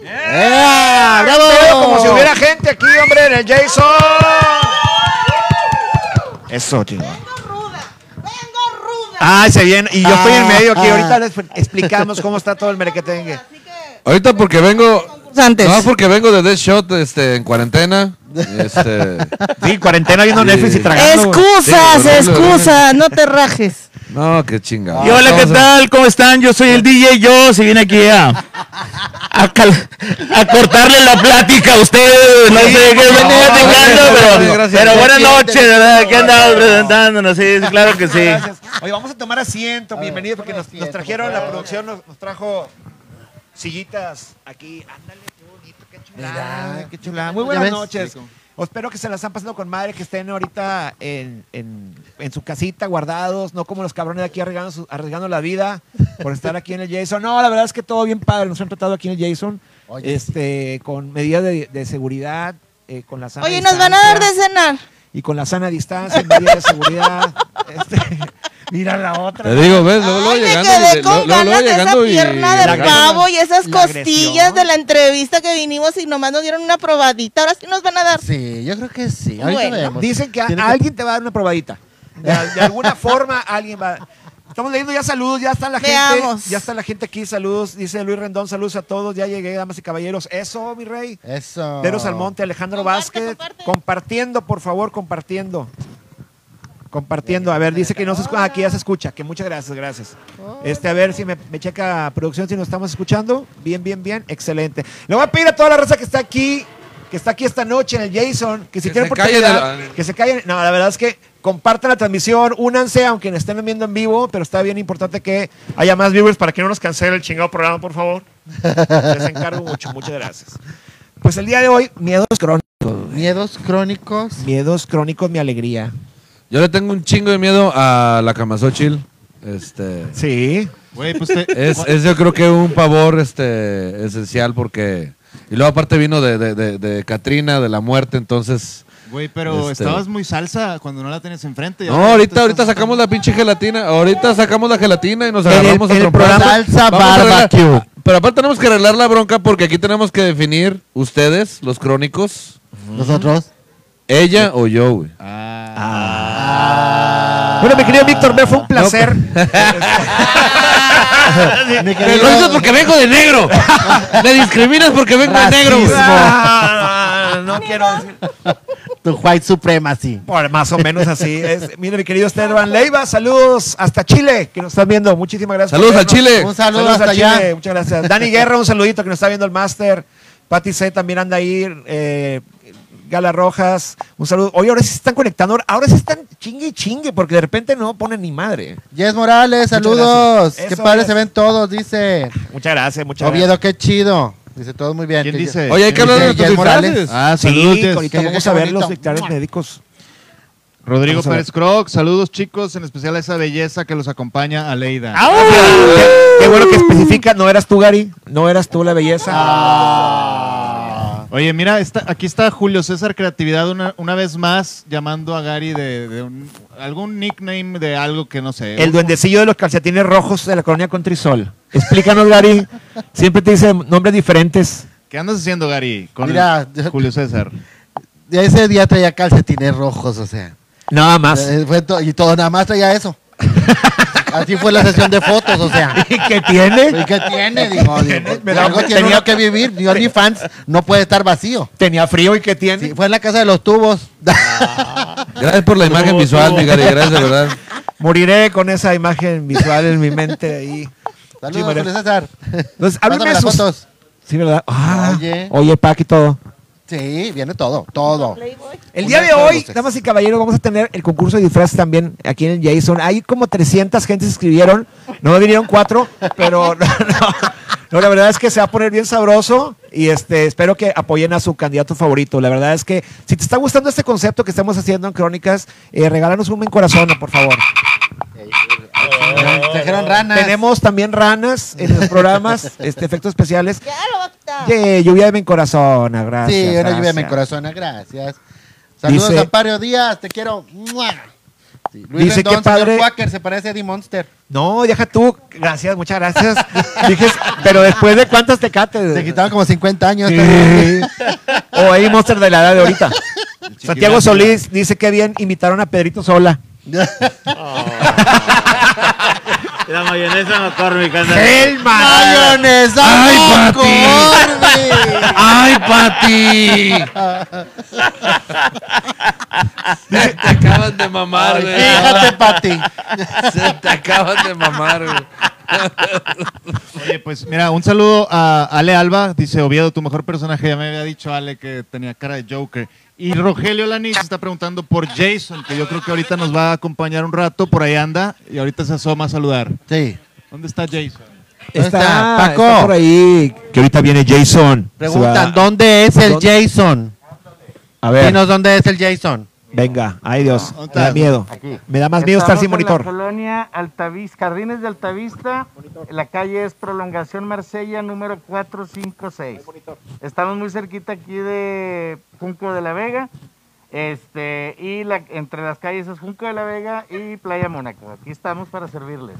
¡Eh! ¡Bravo! Pero como si hubiera gente aquí, hombre, en el Jason. Eso, tío. Vengo ruda, vengo ruda. Ah, se viene. Y yo estoy en medio aquí. Ah. Ahorita les explicamos cómo está todo el merequetengue. Así que Ahorita porque vengo. Concursantes. No, porque vengo de Death Shot este, en cuarentena. Este, Sí, cuarentena viendo Netflix y tragando. güey. Excusas, Sí, horrible, excusas, no te rajes. no, qué chingada. Y hola, ¿qué tal? ¿Cómo están? Yo soy el DJ Yo, si viene aquí a, a, cal- a cortarle la plática a ustedes. No sé qué no, venía no, tengando, gracias, pero, gracias. pero buenas noches, ¿verdad? Aquí andamos presentándonos, sí, sí, claro que sí. Gracias. Oye, vamos a tomar asiento. Bienvenido, porque nos, nos trajeron, la producción nos, nos trajo sillitas aquí. Ándale, qué bonito, qué chulada. qué chulada. Muy ¿Ya buenas ves? noches. O Espero que se las han pasado con madre, que estén ahorita en, en- en su casita, guardados, no como los cabrones de aquí arriesgando, su- arriesgando la vida por estar aquí en el Jason. No, la verdad es que todo bien padre, nos han tratado aquí en el Jason, Oye. este con medidas de, de seguridad, eh, con la sana Oye, nos van a dar distancia de cenar. y con la sana distancia, en medida de seguridad. Este, mira la otra. Te digo, ves, luego, luego Ay, me llegando. quedé y- con luego, luego ganas de esa llegando y- pierna y- de la- pavo y esas la costillas agresión. de la entrevista que vinimos y nomás nos dieron una probadita. Ahora sí nos van a dar. Sí, yo creo que sí. Ahorita Bueno. vemos. Dicen que a- Tiene alguien te va a dar una probadita. De, de alguna forma alguien va. Estamos leyendo ya saludos, ya está la gente. Veamos. Ya está la gente aquí, saludos. Dice Luis Rendón, saludos a todos. Ya llegué, damas y caballeros. Eso, mi rey. Eso. Vero Salmonte, Alejandro Comparte, Vázquez. comparte. Compartiendo, por favor, compartiendo. Compartiendo. A ver, dice que no se escucha. Aquí ya se escucha. Que muchas gracias, gracias. Oh. Este, a ver si me, me checa producción si nos estamos escuchando. Bien, bien, bien. Excelente. Le voy a pedir a toda la raza que está aquí, que está aquí esta noche en el Jason, que si Que tienen se callen oportunidad, a la- que se callen. No, la verdad es que compartan la transmisión, únanse, aunque nos estén viendo en vivo, pero está bien importante que haya más viewers para que no nos cancele el chingado programa, por favor. Les encargo mucho, muchas gracias. Pues el día de hoy, miedos crónicos. Miedos crónicos. Miedos crónicos, mi alegría. Yo le tengo un chingo de miedo a la Camasochil. Este. Sí. Güey, pues te- Es, es yo creo que un pavor este, esencial porque... Y luego aparte vino de, de, de, de Katrina, de la muerte, entonces... Güey, pero Este- estabas muy salsa cuando no la tenías enfrente. y No, ahorita, estás- ahorita sacamos la pinche gelatina. Ahorita sacamos la gelatina y nos En el- agarramos en el a trompadas. programa- Salsa Vamos a arreglar- barbecue. Pero aparte tenemos que arreglar la bronca porque aquí tenemos que definir ustedes, los crónicos, Nosotros. ella o yo, güey. Bueno, mi querido Víctor, me fue un placer. Mi Me querido- lo dices porque vengo de negro. Me discriminas porque vengo de negro, güey. Racismo. Ah, no quiero decir. Tu white supremacy. Por más o menos así es. Mire, mi querido Esteban Leiva, saludos hasta Chile, que nos están viendo. Muchísimas gracias. por Saludos a vernos. Chile. Un saludo Saludos hasta a Chile, allá. muchas gracias. Dani Guerra, un saludito que nos está viendo el máster. Pati C también anda ahí. eh, Gala Rojas, un saludo. Oye, ahora sí se están conectando. Ahora sí están chingue y chingue, porque de repente no ponen ni madre. Jess Morales, Muchas saludos. gracias. Qué Eso padre es. se ven todos, dice. Muchas gracias, muchas gracias. Oviedo, qué chido. Dice todos muy bien. ¿Quién Que yo- dice? Oye, hay que hablar de Dice tus Jess Morales. disfraces. Ah, saludos. Sí, Jess. ahorita Que- vamos que a ver los bonito. dictámenes Mua. médicos. Rodrigo Vamos a ver. Pérez Croc, saludos chicos, en especial a esa belleza que los acompaña a Leida. Ah, Qué, qué bueno que especifica, no eras tú, Gary, no eras tú la belleza. Ah. Oye, mira, está, aquí está Julio César Creatividad una, una vez más llamando a Gary de, de un- algún nickname de algo que no sé. El duendecillo de los calcetines rojos de la colonia Contrisol. Explícanos, Gary. Siempre te dice nombres diferentes. ¿Qué andas haciendo, Gary? Con Mira, el- Julio César. Ese día traía calcetines rojos, o sea. Nada más. Eh, fue to- y todo, nada más traía eso. Así fue la sesión de fotos, o sea. ¿Y qué ¿Y tiene? qué tiene? Digo, digo, Me da- algo tiene tenía- uno que vivir. Ni OnlyFans no puede estar vacío. Tenía frío y qué tiene. Sí, fue en la casa de los tubos. Ah. Gracias por la imagen visual, mi Gary. Gracias, de verdad. Moriré con esa imagen visual en mi mente ahí. Sí, Saludos, María. Julio César. Entonces, háblame Mándame de las sus- fotos. Sí, ¿verdad? Ah, Oye. Oye, Pac y todo. Sí, viene todo, todo. Playboy. El Un día de acto de hoy, luces. damas y caballeros, vamos a tener el concurso de disfraces también aquí en el Jason. Hay como 300 gente se escribieron. No me vinieron cuatro, pero no, no. No, la verdad es que se va a poner bien sabroso y este, espero que apoyen a su candidato favorito. La verdad es que si te está gustando este concepto que estamos haciendo en Crónicas, eh, regálanos un buen corazón, por favor. Trajeron ranas. Tenemos también ranas en los programas, este, efectos especiales. Ya lo va a quitar. Yeah, lluvia de mi corazón, gracias. Sí, una lluvia en mi gracias. corazón, ah, gracias. Saludos Dice- a Ampario Díaz, te quiero. ¡Mua! Sí, Luis Dice, qué Rendón, señor padre. Quaker, se parece a Eddie Monster. No, deja tú. Gracias, muchas gracias. Dije, pero después de cuántas tecates. Se quitaron como 50 años. Sí. O Oh, ahí Monster de la edad de ahorita. Santiago Solís dice que bien invitaron a Pedrito Sola. La mayonesa McCormick. anda. ¡Helma! ¡Mayonesa! Ay, no, papi. corre. ¡Ay, Pati! Se te acaban de mamar, güey. Fíjate, Pati. Se te acaban de mamar, güey. Oye, pues mira, un saludo a Ale Alba. Dice, Oviedo, tu mejor personaje. Ya me había dicho Ale que tenía cara de Joker. Y Rogelio Lanis está preguntando por Jason, que yo creo que ahorita nos va a acompañar un rato. Por ahí anda y ahorita se asoma a saludar. Sí. ¿Dónde está Jason? Está, está, Paco. Ah, está por ahí. Que ahorita viene Jason. Se va- Preguntan, ¿dónde es el ¿Dónde? Jason? A ver, Dinos dónde es el Jason. venga. Ay, Dios. ¿Dónde Me da está? miedo. Me da más miedo estar sin Estamos en La monitor. colonia Altavis, Jardines de Altavista. La calle es Prolongación Marsella, número 456. Estamos muy cerquita aquí de Junco de la Vega. Este, y la- entre las calles es Junco de la Vega y Playa Mónaco. Aquí estamos para servirles.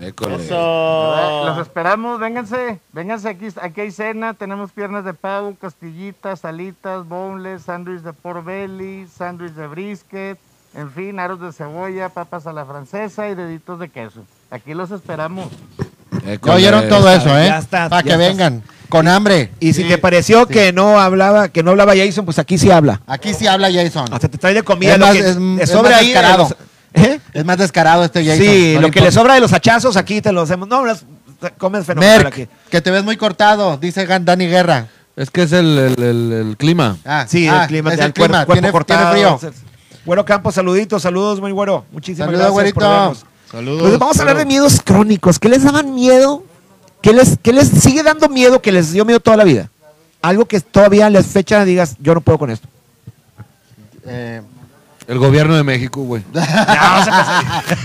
École. Eso. Los esperamos, vénganse, vénganse aquí, aquí hay cena, tenemos piernas de pavo, costillitas, salitas, boneless, sándwich de pork belly, sándwich de brisket, en fin, aros de cebolla, papas a la francesa y deditos de queso. Aquí los esperamos. École. Ya oyeron todo Ya eso, está, ¿eh? ya está, Para que ya está. vengan. Con hambre. Y si te pareció que no hablaba, que no hablaba Jason, pues aquí sí habla. Aquí sí habla Jason. Hasta te trae de comida. Es lo más- que es- le es sobra más ahí. descarado. ¿Eh? Es más descarado este Jason. Sí, No lo que le importa. sobra de los hachazos aquí te los hacemos. No, las- te comes fenomenal Merck, aquí. que te ves muy cortado, dice Gan- Dani Guerra. Es que es el, el- el- el clima. Ah, Sí, ah, el clima, es te da el el cuerpo, clima. cuerpo tiene, tiene cortado, frío. etcétera. Güero Campos, saluditos, saludos, muy güero. Muchísimas Saludos, gracias por güerito. vernos. Saludos. Pues vamos a hablar de miedos crónicos. ¿Qué les daban miedo? ¿Qué les, qué les sigue dando miedo que les dio miedo toda la vida? Algo que todavía les fecha digas, yo no puedo con esto. Eh, El gobierno de México, güey.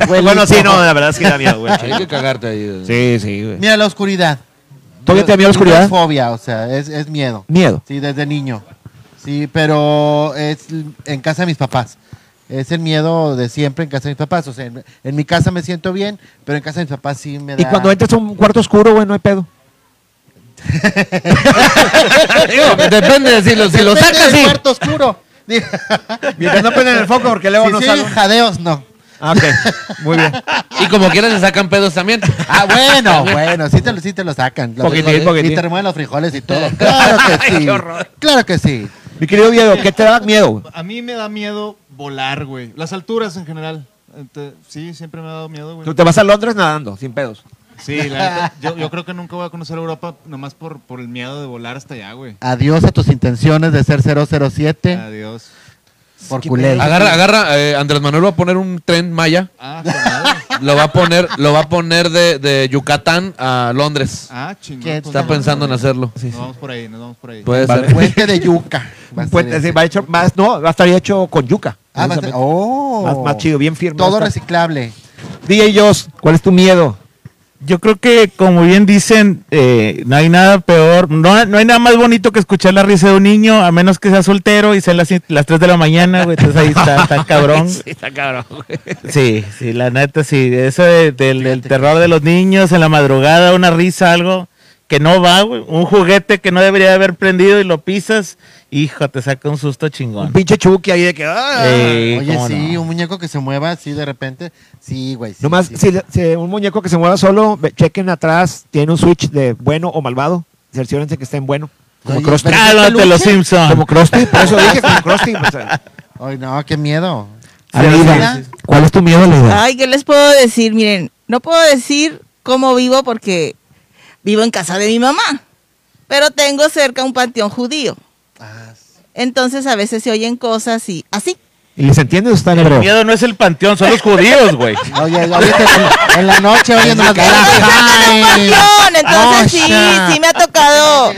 bueno, sí, no, la verdad es que da miedo, güey. Hay que cagarte ahí. Sí, sí, güey. mira la oscuridad. ¿Todavía te da miedo la No es oscuridad? fobia, o sea, es, es miedo. Miedo. Sí, desde niño. Sí, pero es l- en casa de mis papás. Es el miedo de siempre en casa de mis papás. O sea, en, en mi casa me siento bien, pero en casa de mis papás sí me da. Y cuando entras a un cuarto oscuro, güey, no hay pedo. Digo, Depende, si lo, si lo pues, Depende sacas, del sí. cuarto oscuro. Digo, Mientras no prenden el foco porque si sí, jadeos, no. Ah, ok. Muy bien. Y como quieras, se sacan pedos también. Ah, bueno, bueno, sí te lo, sí te lo sacan. Los Poquitín, frijoles, poquitín. Y te remueven los frijoles y todo. Claro que sí. claro que sí. Mi querido Viedo, ¿qué te da miedo? güey? A mí me da miedo volar, güey. Las alturas en general. Ente- sí, siempre me ha dado miedo, güey. Pues, Tú te vas a Londres nadando, sin pedos. Sí, la neta, yo, yo creo que nunca voy a conocer Europa nomás por, por el miedo de volar hasta allá, güey. Adiós a tus intenciones de ser 007 Adiós. por culero. Agarra, agarra. eh, Andrés Manuel va a poner un tren maya. Ah, con madre. Lo va a poner, lo va a poner de, de Yucatán a Londres. Ah, chingón. ¿Qué pues Está vamos pensando en por ahí. hacerlo. Nos vamos por ahí, nos vamos por ahí. Puede ser. Puente de yuca. Va a ser Pues, es ese. decir, va hecho más, no, va a estar hecho con yuca. Ah, va a ser- precisamente. oh. Más, más chido, bien firme. Todo va a estar. reciclable. DJ Joss, ¿cuál es tu miedo? Yo creo que, como bien dicen, eh, no hay nada peor, no, no hay nada más bonito que escuchar la risa de un niño, a menos que sea soltero y sea las, cien- las 3 de la mañana, güey. Entonces ahí está, está cabrón. Sí, está cabrón, Sí, sí, la neta, sí. Eso de- del, del terror de los niños en la madrugada, una risa, algo que no va, güey. Un juguete que no debería haber prendido y lo pisas, hijo, te saca un susto Un chingón. pinche chuki ahí de que. ¡ah! Sí, Oye, cómo sí, no. un muñeco que se mueva así de repente. Sí, güey. sí, Nomás, sí. si, si un muñeco que se mueva solo, ve- chequen atrás, tiene un switch de bueno o malvado. Cerciórense que estén bueno. Como Oye, Krusty. pero- Cálmate, los Simpsons. Como Krusty, por eso dije como Krusty. o sea. Ay, no, qué miedo. A ver, Ida, Sí, sí, ¿cuál es tu miedo, Lida? Ay, ¿qué les puedo decir? Miren, no puedo decir cómo vivo porque vivo en casa de mi mamá, pero tengo cerca un panteón judío. Ah, Entonces a veces se oyen cosas y así. ¿Y les entiende o está en El hebreo? miedo no es el panteón, son los judíos, güey. Oye, ahorita en, en la noche oyendo las Panteón, entonces sí, Osha. sí me ha tocado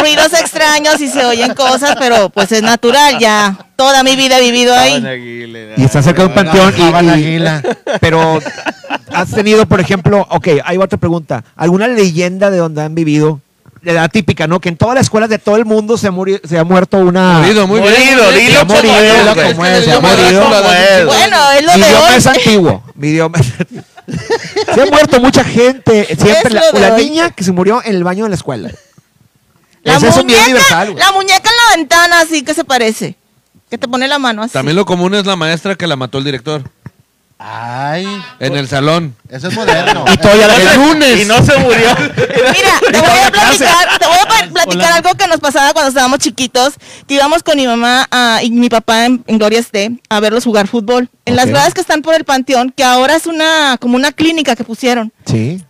ruidos extraños y se oyen cosas, pero pues es natural ya. Toda mi vida he vivido ahí. Y está cerca de un panteón. y- Java la y- Águila. pero has tenido, por ejemplo, ok, hay otra pregunta. ¿Alguna leyenda de donde han vivido la típica, ¿no? Que en todas las escuelas de todo el mundo se, ha muri- se ha muerto una... Morido, muy Morido, bien. dilo Se ha como morido, es, la güey. como Es que es, se dilo ha morido. como es. Bueno, es lo Mi de idioma hoy. es antiguo. Mi idioma es antiguo. Se ha muerto mucha gente. Siempre la, lo de la hoy. niña que se murió en el baño de la escuela. La Ese es un bien muñeca, universal, güey. la muñeca en la ventana, así que se parece. Que te pone la mano así. También lo común es la maestra que la mató el director Ay, en el salón. eso es moderno. Y todavía la El lunes. Y no se murió. Mira, te voy a platicar, te voy a pa- platicar algo que nos pasaba cuando estábamos chiquitos, que íbamos con mi mamá ah, y mi papá en, en Gloria Esté a verlos jugar fútbol. En las Ok. gradas que están por el panteón, que ahora es una, como una clínica que pusieron. Sí.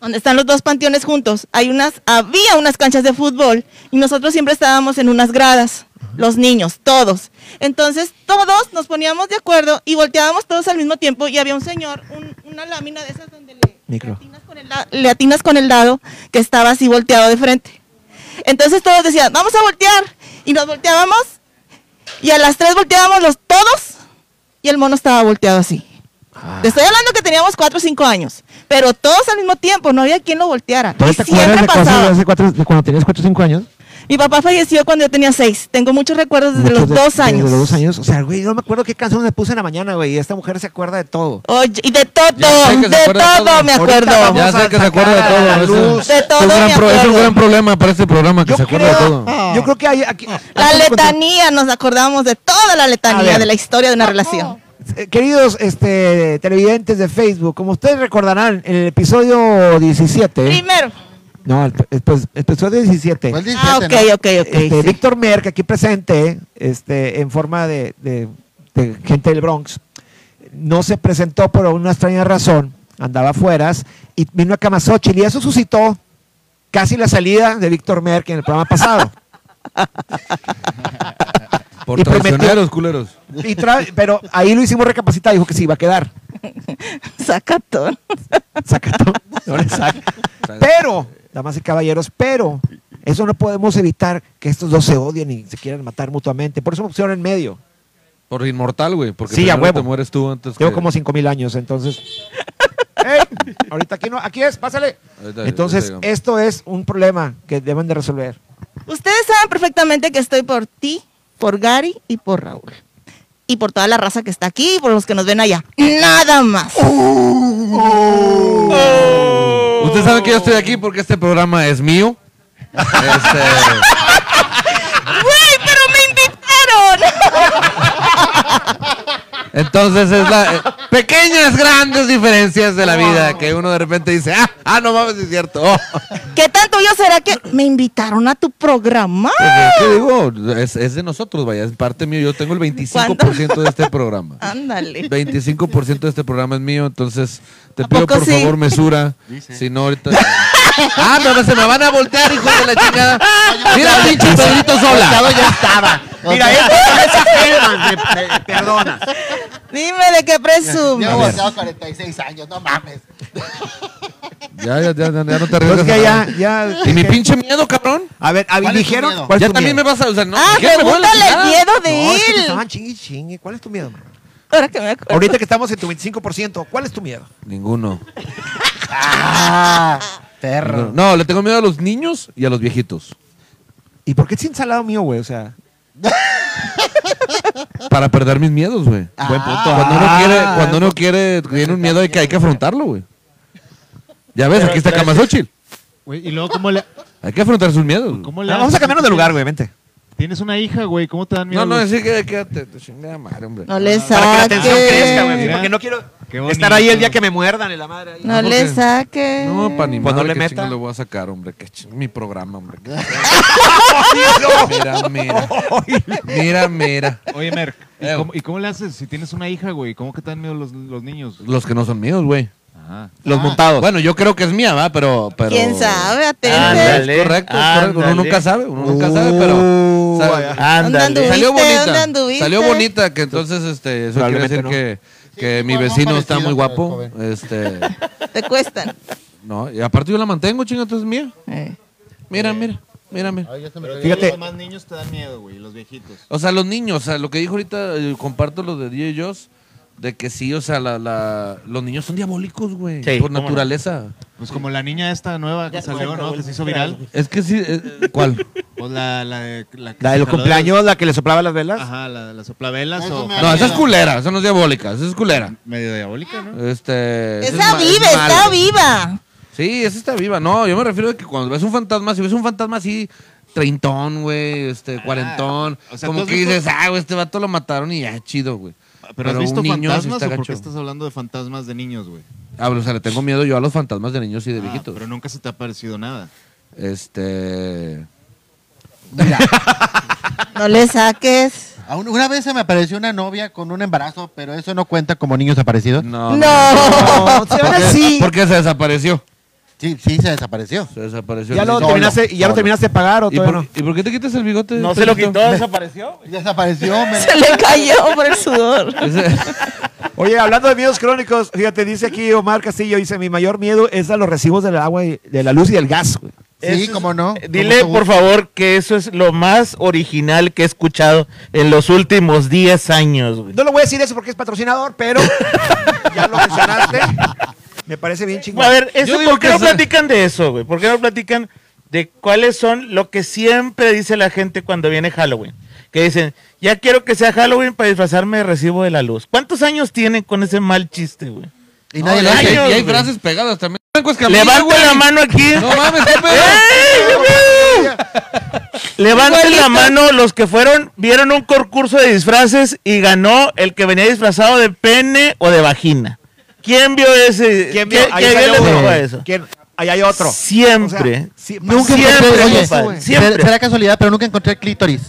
donde están los dos panteones juntos, hay unas, había unas canchas de fútbol y nosotros siempre estábamos en unas gradas, los niños, todos. Entonces todos nos poníamos de acuerdo y volteábamos todos al mismo tiempo y había un señor, un- una lámina de esas donde le, Micro. le atinas con el da- le atinas con el dado que estaba así volteado de frente. Entonces todos decían, vamos a voltear y nos volteábamos y a las tres volteábamos los todos y el mono estaba volteado así. Ah. Te estoy hablando que teníamos 4 o 5 años, pero todos al mismo tiempo, no había quien lo volteara. Y ¿Todavía te acuerdas siempre de cosas de pasaba. hace cuatro- de cuando tenías 4 o 5 años? Mi papá falleció cuando yo tenía 6. Tengo muchos recuerdos desde los Muchos 2 desde años. los dos años. O sea, güey, yo no me acuerdo qué canción me puse en la mañana, güey. Y esta mujer se acuerda de todo. Oye, y de todo, Ya sé que se de acuerda de todo, todo. me Ahorita acuerdo. vamos Ya sé a que se sacar acuerda de a todo. la a luz. veces. De todo es, un gran me pro- es un acuerdo. gran problema para este programa que se acuerda de todo. Yo creo que hay aquí. Ah, La aquí nos contamos- letanía, nos acordamos de toda la A letanía ver. Ah, de la historia de una relación. Eh, Queridos este, televidentes de Facebook, como ustedes recordarán, en el episodio 17. Primero. No, el, el- pues, el episodio 17. Fue el 17, Ah, ok, ok, ¿no? ok. este, sí. Víctor Merck, aquí presente, este, en forma de, de- de gente del Bronx, no se presentó por una extraña razón, andaba afueras y vino a Camasochil y eso suscitó casi la salida de Víctor Merck en el programa pasado. Por Y prometió- traicioneros, culeros. Y tra- pero ahí lo hicimos recapacitar, dijo que se iba a quedar. Sacatón. Sacatón. No le saca. Pero, damas y caballeros, pero eso no podemos evitar que estos dos se odien y se quieran matar mutuamente. Por eso me pusieron en medio. Por inmortal, güey. Porque Sí, a primero huevo. te mueres tú antes Tengo que- como cinco mil años, entonces. ¡Ey! Ahorita aquí no, aquí es, pásale. Ahorita- Entonces, ahorita llegamos. esto es un problema que deben de resolver. Ustedes saben perfectamente que estoy por ti, por Gary y por Raúl. Y por toda la raza que está aquí y por los que nos ven allá. Nada más. Uh. Ustedes saben que yo estoy aquí porque este programa es mío. Este, ¡Güey, pero me invitaron! entonces es la eh, pequeñas grandes diferencias de la vida que uno de repente dice, ah, ah no mames, es cierto. Oh. ¿Qué tanto yo será que me invitaron a tu programa? ¿Qué digo? Es, es de nosotros, vaya, es parte mío. Yo tengo el 25% de este programa. Ándale. 25% de este programa es mío, entonces te ¿A pido poco por sí? favor mesura. Si no, ahorita. ¡Ah, pero se me van a voltear, hijo de la chingada! ¡Mira, pinche Pedrito Volteado sola! ya estaba. Mira, esto no exageras, me- me- perdona. Dime de qué Llevo presumes. volteado 46 años, no mames. Ya, ya, ya, Pues ya, ya no te Pero arriesgas. es que a ya, nada. ya. ¿Y mi pinche miedo, cabrón? A ver, a ¿Cuál ver, es tu dijeron. miedo? ¿cuál es Ya tu también miedo? me vas a. O sea, no, ah, ¿qué? Me voy a la pregúntale el chingada. miedo de No, es que te él. estaban chingue, chingue. ¿Cuál es tu miedo? man? Ahora que me acuerdo. Ahorita que estamos en tu 25%, ¿cuál es tu miedo? Ninguno. Ah, Ninguno. perro. No, le tengo miedo a los niños y a los viejitos. ¿Y por qué es ensalado mío, güey? O sea, Para perder mis miedos, güey. Ah. Buen punto. Cuando uno quiere, cuando uno quiere, tiene un miedo hay que, hay que afrontarlo, güey. Ya ves, aquí está Camasochil. Güey, y luego, ¿cómo le, Hay que afrontar sus miedos. güey. cómo le vamos a haces? cambiarnos de lugar, güey, vente. Tienes una hija, güey, ¿cómo te dan miedo? No, no, los- así que quédate, tu chingada madre, hombre. No le Ah, Para que la tensión crezca, saques. güey. Mira. Porque no quiero Qué bonito. estar ahí el día que me muerdan en la madre. ahí. No le Ah, porque- saques. No, pa' ni Pues no madre, le qué meta. chingados le voy a sacar, hombre. Que ch- mi programa, hombre. qué mira, mira. Mira, mira. Oye, Merck, ¿y, Eh, cómo, y cómo le haces si tienes una hija, güey? ¿Cómo que te dan miedo los, los niños? Los que no son míos, güey. Ajá. Los montados. Bueno, yo creo que es mía, ¿va? Pero, pero... Ah. ¿Quién sabe? Atente. Es Ándale, correcto, es correcto. Uno ándale. nunca sabe, uno nunca sabe, pero... sabe- ¿Dónde Ándale. anduviste? Salió ¿Dónde bonita. anduviste? Salió bonita, que entonces este, eso quiere decir que, que Sí, mi igual, vecino no está muy parecido, guapo. pero Este, Te cuestan. no, y aparte yo la mantengo, chinga, entonces mía. Eh. Mira, mira, mira, mira. Fíjate. Los más niños te dan miedo, güey, los viejitos. O sea, los niños, o sea, lo que dijo ahorita, eh, comparto lo de DJ Joss, de que sí, o sea, la, la- los niños son diabólicos, güey, Sí, por cómo no. naturaleza. Pues como la niña esta nueva que Ya, salió, se ¿no? acabó Que se el hizo viral. programa. Es que sí, eh, ¿cuál? Pues la, la, de- la, que La del jaló de cumpleaños, la que le soplaba las velas. Ajá, la de las soplavelas. Eso o- me No, esa es culera, esa no es diabólica, esa es culera. Medio diabólica, ¿no? Este, esa Está ma- es viva, está mala. viva. Sí, esa está viva. No, yo me refiero a que cuando ves un fantasma, si ves un fantasma así, treintón, güey, este, cuarentón, Ah, o sea, ¿tú como has que visto- dices, ah, güey, este vato lo mataron y ya, chido, güey. Pero, has visto un niño sí fantasmas está o por qué gacho. estás hablando de fantasmas de niños, güey? Ah, o sea, le tengo miedo yo a los fantasmas de niños y de Ah, viejitos. pero nunca se te ha parecido nada. Este. No le saques. A un- Una vez se me apareció una novia con un embarazo, pero eso no cuenta como niños aparecidos. No. No. se van así. ¿Por qué se desapareció? Sí, sí, se desapareció. Se desapareció. ¿Ya el lo, niño. terminaste, ¿y ya lo Solo. terminaste de pagar o ¿Y todavía por, no? y por qué te quitas el bigote? No se lo Pedrito? quitó, desapareció. güey. Desapareció, me- Se le cayó por el sudor. Ese- Oye, hablando de miedos crónicos, fíjate, dice aquí Omar Castillo, dice, mi mayor miedo es a los recibos del agua, y, de la luz y del gas. güey". Sí, Eso- eh, cómo no. Dile, Con mucho por gusto. favor, que eso es lo más original que he escuchado en los últimos 10 años, güey. No le voy a decir eso porque es patrocinador, pero ya lo mencionaste. Me parece bien chingón. A ver, eso, Yo digo ¿por qué que no se- platican de eso, güey? ¿Por qué no platican de cuáles son lo que siempre dice la gente cuando viene Halloween? Que dicen, ya quiero que sea Halloween para disfrazarme de recibo de la luz. ¿cuántos años tienen con ese mal chiste, güey? Y No, nadie y lo hay- hace. Años, y hay güey. frases pegadas también. Franco Escamilla, Levanten güey. la mano aquí. No mames, qué pedo. Levanten Igualito. la mano los que fueron, vieron un concurso de disfraces y ganó el que venía disfrazado de pene o de vagina. ¿Quién vio ese? ¿Quién ¿Qué- vio? Ahí qué- sale quién le uno. tocó a eso? ¿Quién? Ahí hay otro. Siempre. O sea, sí, Nunca Siempre, encontré, oye, compadre, oye, siempre. será- será casualidad, pero nunca encontré clítoris.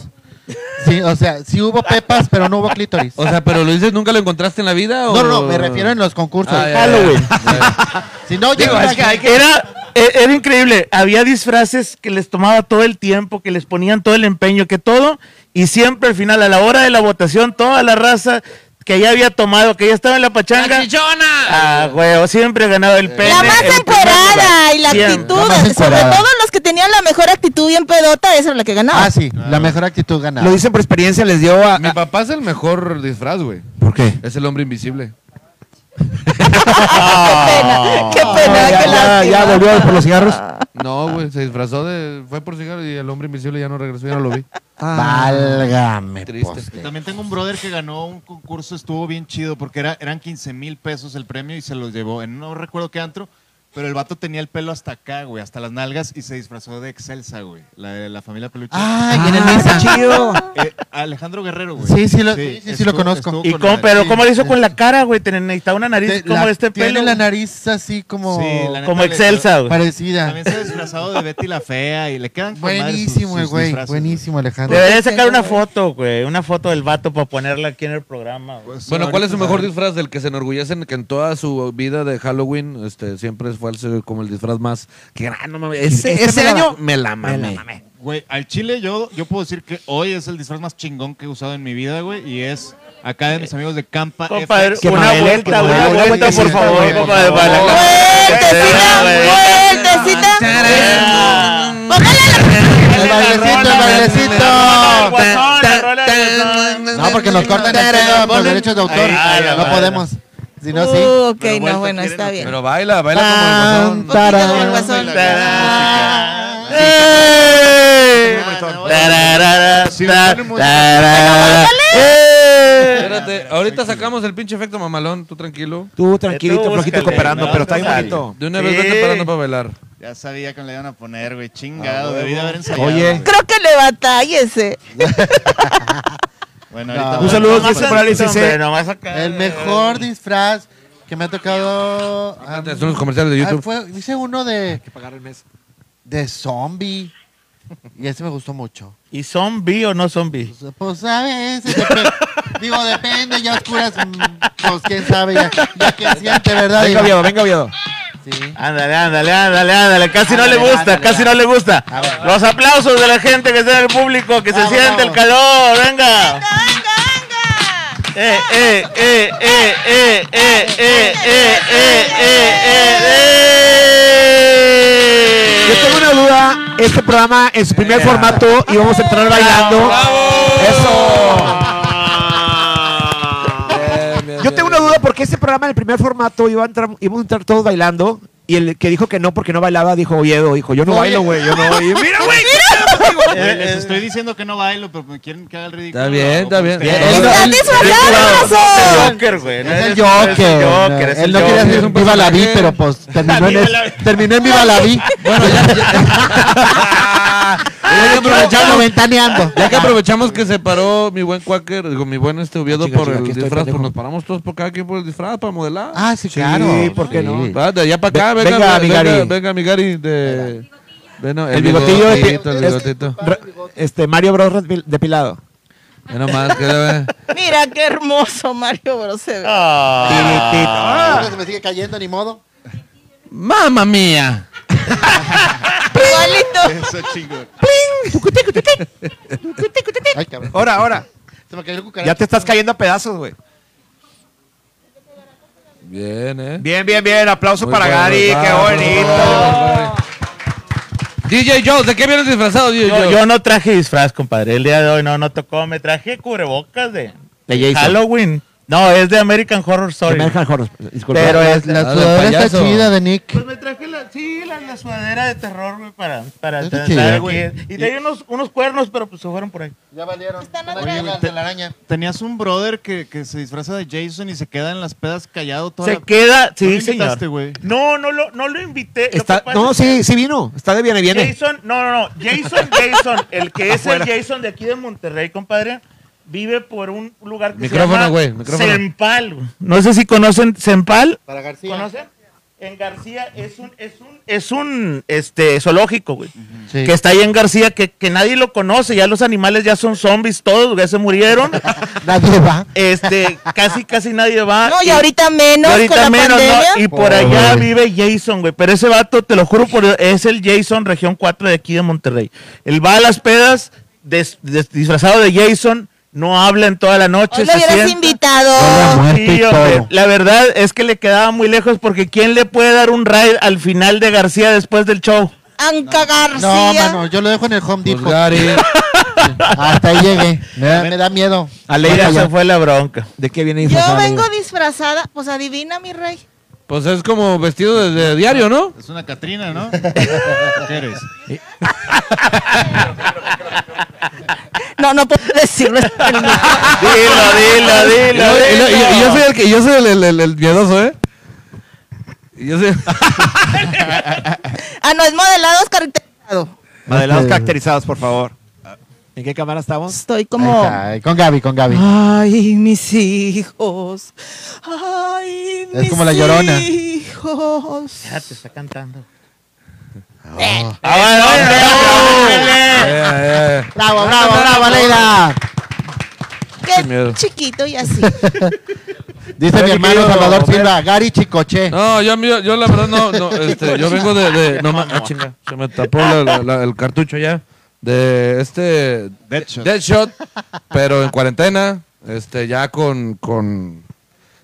Sí, o sea, sí hubo pepas, pero no hubo clítoris. O sea, pero lo dices, ¿nunca lo encontraste en la vida? no, no, o- no, me refiero en los concursos. Ah, ya, ya, Halloween. ya. Si no, yo Digo, hubiera- es que hay que- Era, e- era increíble. Había disfraces que les tomaba todo el tiempo, que les ponían todo el empeño, que todo. Y siempre al final, a la hora de la votación, toda la raza que ya había tomado, que ya estaba en la ¡La pachanga. chichona! Ah, güey, siempre ganaba el pene. La más el primer emperada lugar. y la Siempre. actitud, La más sobre emperada. todo los que tenían la mejor actitud bien pedota, esa es la que ganaba. Ah, sí, la mejor actitud Lo ganada. dicen por experiencia, les dio a... Mi papá es el mejor disfraz, güey. ¿Por qué? Es el hombre invisible. Ah. Ah. qué pena, qué Ah, pena, ya, qué ya, lástima. ya volvió por los cigarros. Ah. No, güey, se disfrazó de. Fue por cigarro y el hombre invisible ya no regresó, ya no lo vi. Válgame. pues. Triste. poste. Pues También tengo un brother que ganó un concurso, estuvo bien chido, porque era, eran 15 mil pesos el premio y se los llevó. En no recuerdo qué antro, pero el vato tenía el pelo hasta acá, güey, hasta las nalgas, y se disfrazó de Excelsa, güey, la de la familia Peluche. Ay, en el Ah, mesa. chido. Eh, Alejandro Guerrero, güey. Sí, sí lo- sí, sí, sí lo conozco. estuvo ¿Y con cómo- madre. pero Sí. ¿cómo lo hizo con la cara, güey? Ten- Necesitaba una nariz Te- como la- este tiene pelo. la nariz así como Sí, la neta, Como le- excelsa, güey. parecida. También se ha disfrazado de Betty la Fea y le quedan con madre sus- Buenísimo, sus güey. disfraces, Buenísimo, Alejandro. Debería sacar una foto, güey. Una foto del vato para ponerla aquí en el programa. güey. Pues, Bueno, ¿cuál es su ahorita mejor saben. disfraz del que se enorgullecen que en toda su vida de Halloween este, siempre fue el- como el disfraz más que ah, no mames, ese, Este ese me la- año me la mamé. Güey, al chile yo, yo puedo decir que hoy es el disfraz más chingón que he usado en mi vida, güey, y es acá de mis amigos de Campa. Compadre, FX. Que una Mabel, que vuelta, una Mabel, vuelta, que por Mabel, favor, güey, compadre, por para la favor. Vueltecita, vueltecita. Póngale Ah, El bailecito, el bailecito. No, porque nos cortan el pelo por derechos de autor. Ay, ay, No ay, podemos. Si la. no, sí. Ah, Uh, ok, Pero vuelta no, bueno, quieren, está no bien. Pero baila, baila como el Tan, Ah, guasón. Poquito como el Tarán. guasón. Espérate, ahorita sacamos el pinche efecto mamalón, tú tranquilo. Tú tranquilito, Tú flojito búscale, cooperando, no, pero está bien sale. bonito. De una vez Sí. vete parando para bailar. Ya sabía que me le iban a poner, güey, chingado. Debí de haber ensayado. Oye. güey. Creo que le batállese. Bueno, No. ahorita Un voy a- saludo, Nomás César Morales, dice- El mejor disfraz que me ha tocado. ah, Espérate, Son los comerciales de ah, YouTube. fue- Hice uno de, Pagar el mes. de zombie. Y ese me gustó mucho. ¿Y zombie o no zombie? Pues, Pues, ¿sabes? Dep- Digo, depende, ya oscuras. mm, Pues, quién sabe, ya, ya que siente, Este, ¿verdad? Venga, Digo, Oviedo, venga, Oviedo. sí. Ándale, ándale, ándale, ándale. Casi no Ándale, le gusta, ándale, casi no le gusta. ver. Los aplausos de la gente que está en el público, que se Vamos, siente el vamos. calor. Venga. ¡Venga, venga! Eh, eh, eh, eh, eh, eh, eh, eh, eh, eh, eh, eh. Yo tengo una duda. Este programa en su primer formato y vamos a entrar bailando. ¡Eso! Yo tengo una duda porque este programa en el primer formato iba a entrar, íbamos a entrar todos bailando Y el que dijo que no porque no bailaba dijo Oviedo, dijo, yo no bailo, güey, yo no. Y mira, güey, Eh, Les estoy diciendo que no bailo, pero me quieren que haga el ridículo. Está bien, está bien. Bien. Todo- ¡Está disfrazado, Es el Jason! Joker, güey. Es el Joker. es Él el no quería Joker. hacer un Viva la Vi, pero pues terminó en, Viva es- la Vi. terminó en Viva la Vi. Bueno, ya, ya, ya Ah, que Ya aprovechamos, ventaneando. ya que aprovechamos que se paró mi buen Quaker, digo, mi buen este Oviedo Ah, Chica, por chica, el aquí estoy, disfraz, pues pendejo. nos paramos todos por cada quien por el disfraz para modelar. Ah, sí, Sí, claro. ¿por qué no? Va, de allá para acá, Ve- venga, venga, venga, mi venga, Gary. venga, mi Gari. De, ven, no, El bigotillo de- el es- bigotito. Re- este, Mario Bros. repil- depilado. Ve nomás, que ve. Mira qué hermoso Mario Bros. se ve. Ah, se me sigue cayendo, ni modo. ¡Mamma mía! Igualito. Eso chingón. Ay, cabrón. Ahora, ahora. Se me cayó el cucaracho. Ya te estás cayendo a pedazos, güey. Bien, eh. Bien, bien, bien. Aplauso Muy para bueno, Gary. Qué bravo, bonito. bravo, Gary. DJ Jones, ¿de qué vienes disfrazado, DJ Yo, Jones? yo no traje disfraz, compadre. El día de hoy no, no tocó. Me traje cubrebocas de, De Jason. Halloween. No, es de American Horror Story. American Horror, disculpa. Pero es La Ah, del sudadera está payaso. chida de Nick. Pues me traje la, sí, la, la sudadera de terror, güey, para, para Está tratar chida, aquí. güey. Y tenía unos, unos cuernos, pero pues se fueron por ahí. Ya valieron. Están Una atrás. llaga de la araña. Tenías un brother que, que se disfraza de Jason y se queda en las pedas callado toda Se la- queda, ¿No sí, lo señor. invitaste, güey? No, no lo, no lo invité. Lo Está- que pasa no, es que sí, sí vino. Está de viene, viene. Jason, no, no, no. Jason, Jason, el que es el Jason de aquí de Monterrey, compadre, vive por un lugar que Micrófono, se llama güey, micrófono. Sempal. güey. No sé si conocen Sempal. Para García. ¿Conocen? En García es un, es un, es un este, zoológico, güey. Sí. Que está ahí en García, que, que nadie lo conoce. Ya los animales ya son zombies todos, ya se murieron. Nadie va. Este, casi, casi nadie Ah, va. No, y Y- ahorita menos y ahorita con la menos, ¿no? pandemia. Y por Pobre. allá vive Jason, güey. Pero ese vato, te lo juro, por, es el Jason Región 4 de aquí de Monterrey. Él va a las pedas des- des- disfrazado de Jason, no habla en toda la noche. Hoy lo se hubieras sienta. Hola, invitado. amor. Muerto y Sí, hombre, todo. la verdad es que le quedaba muy lejos porque ¿quién le puede dar un ride al final de García después del show? Anca No, García. mano, yo lo dejo en el Home Pues Depot. Gary. Hasta ahí llegué. Me da, me da miedo. Aleida, se fue la bronca. ¿de qué viene yo disfrazada, vengo Aleida? disfrazada. Pues adivina, mi rey. Pues es como vestido de, de diario, ¿no? Es una Catrina, ¿no? ¿Qué eres? No, no puedo decirlo. Dilo, Y, dilo, lo- y dilo, lo- y- y yo soy el que, yo soy el, el- el- el miedoso, ¿eh? Y Yo soy... ah, no, es modelados caracterizado. Modelados caracterizados, por favor. ¿En qué cámara estamos? Estoy Ahí como. está, ahí, Con Gaby, con Gaby. Ay, mis hijos. Ay, mis Es como la llorona. hijos. Ya te está cantando. Ah, eh, Eh, eh, Bravo, bravo, bravo, Aleida. Qué Sin miedo. chiquito y así. Dice mi Oye, hermano querido, Salvador Fer. Silva, Gary Chicoche. No, yo, yo, yo la verdad no, no, este, yo vengo de, de no, ma- ah, chinga, se me tapó la- la- la- el cartucho ya de este Deadshot. Deadshot, pero en cuarentena, este, ya con, con,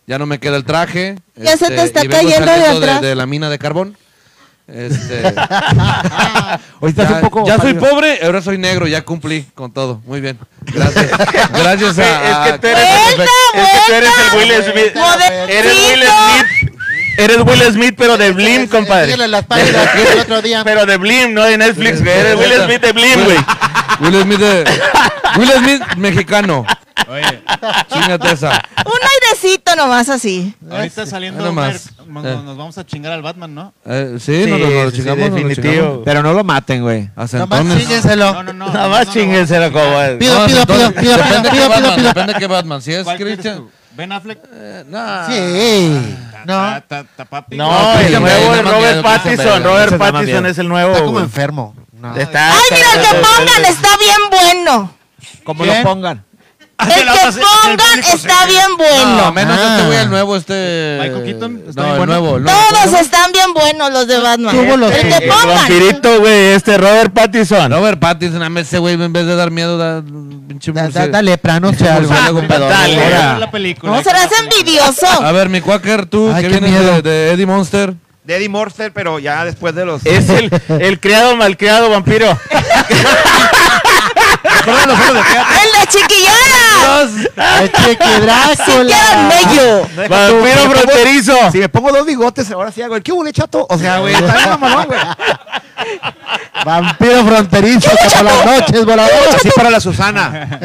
ya no me queda el traje. Ya se este, te está y vengo cayendo de saliendo atrás. de, de la mina de carbón. Este, Hoy estás ya, un poco. ya soy pálido. pobre, ahora soy negro, ya cumplí con todo, muy bien, gracias, gracias a. Es que tú eres- Es que tú eres el Will Smith. Model- Eres Will Smith. Eres Will Smith, pero de Blim, compadre. Síguele las páginas que el otro día. Pero de Blim, no de Netflix, güey. Eres Will Smith de Blim, Will- güey. Will Smith de- Will Smith mexicano. Oye, Chingate esa. Un airecito nomás así. ahorita saliendo Nada un más. mer- nos, Eh. nos vamos a chingar al Batman, ¿no? Eh, sí, Sí, no, no, no, sí, sí, chingamos, no, definitivo. Pero no lo maten, güey. A Nomás centones. chíguenselo. No, no, no. Nada no, más no, no. chinguesera, como es. Pido, No, pido, pido, centones. pido, pido, Depende de qué pido, pido, Batman, pido. depende de qué Batman. Si es ¿Cuál quieres Christian. tú? ¿Ben Affleck? eh, nah. Sí. No, Ta- ta- ta- papi. No, No, el Christian nuevo Bale, es no Robert mames, Christian Pattinson. Bale. Robert Ese es el más Pattinson miedo. es el nuevo. está como güey. enfermo. No. Está- Ay, mira, el que está- pongan está bien bueno. Como ¿Eh? ¿Quién? lo pongan. El que pongan está bien No, bueno. menos Ah. este güey, el nuevo, este. Michael Keaton, No, está bien el bueno. nuevo. el nuevo. Todos están bien buenos los de Batman. Tuvo los- El El que pongan. vampirito, güey, este Robert Pattinson. Robert Pattinson, a mí ese güey, en vez de dar miedo, da. un pinche Da- da- murciélago. Dale, prano, sea algo. Murciélago pedorro. Dale. Ahora. Ah. la película. No serás envidioso. A ver, mi Quaker, tú, Ay, que qué vienes miedo. de, de Eddie Monster. De Eddie Morster, pero ya después de los. Es el, el criado malcriado vampiro. acuerdo de los juegos de teatro. ¡En la chiquillada! ¡El chiqui Drácula! Deja tú, si Vampiro me pongo- fronterizo. Si me pongo dos bigotes, ahora sí hago el que hubo, le chato. O sea, güey, está bien mamalón, güey. Vampiro fronterizo, que por las noches volador. Así para la Susana.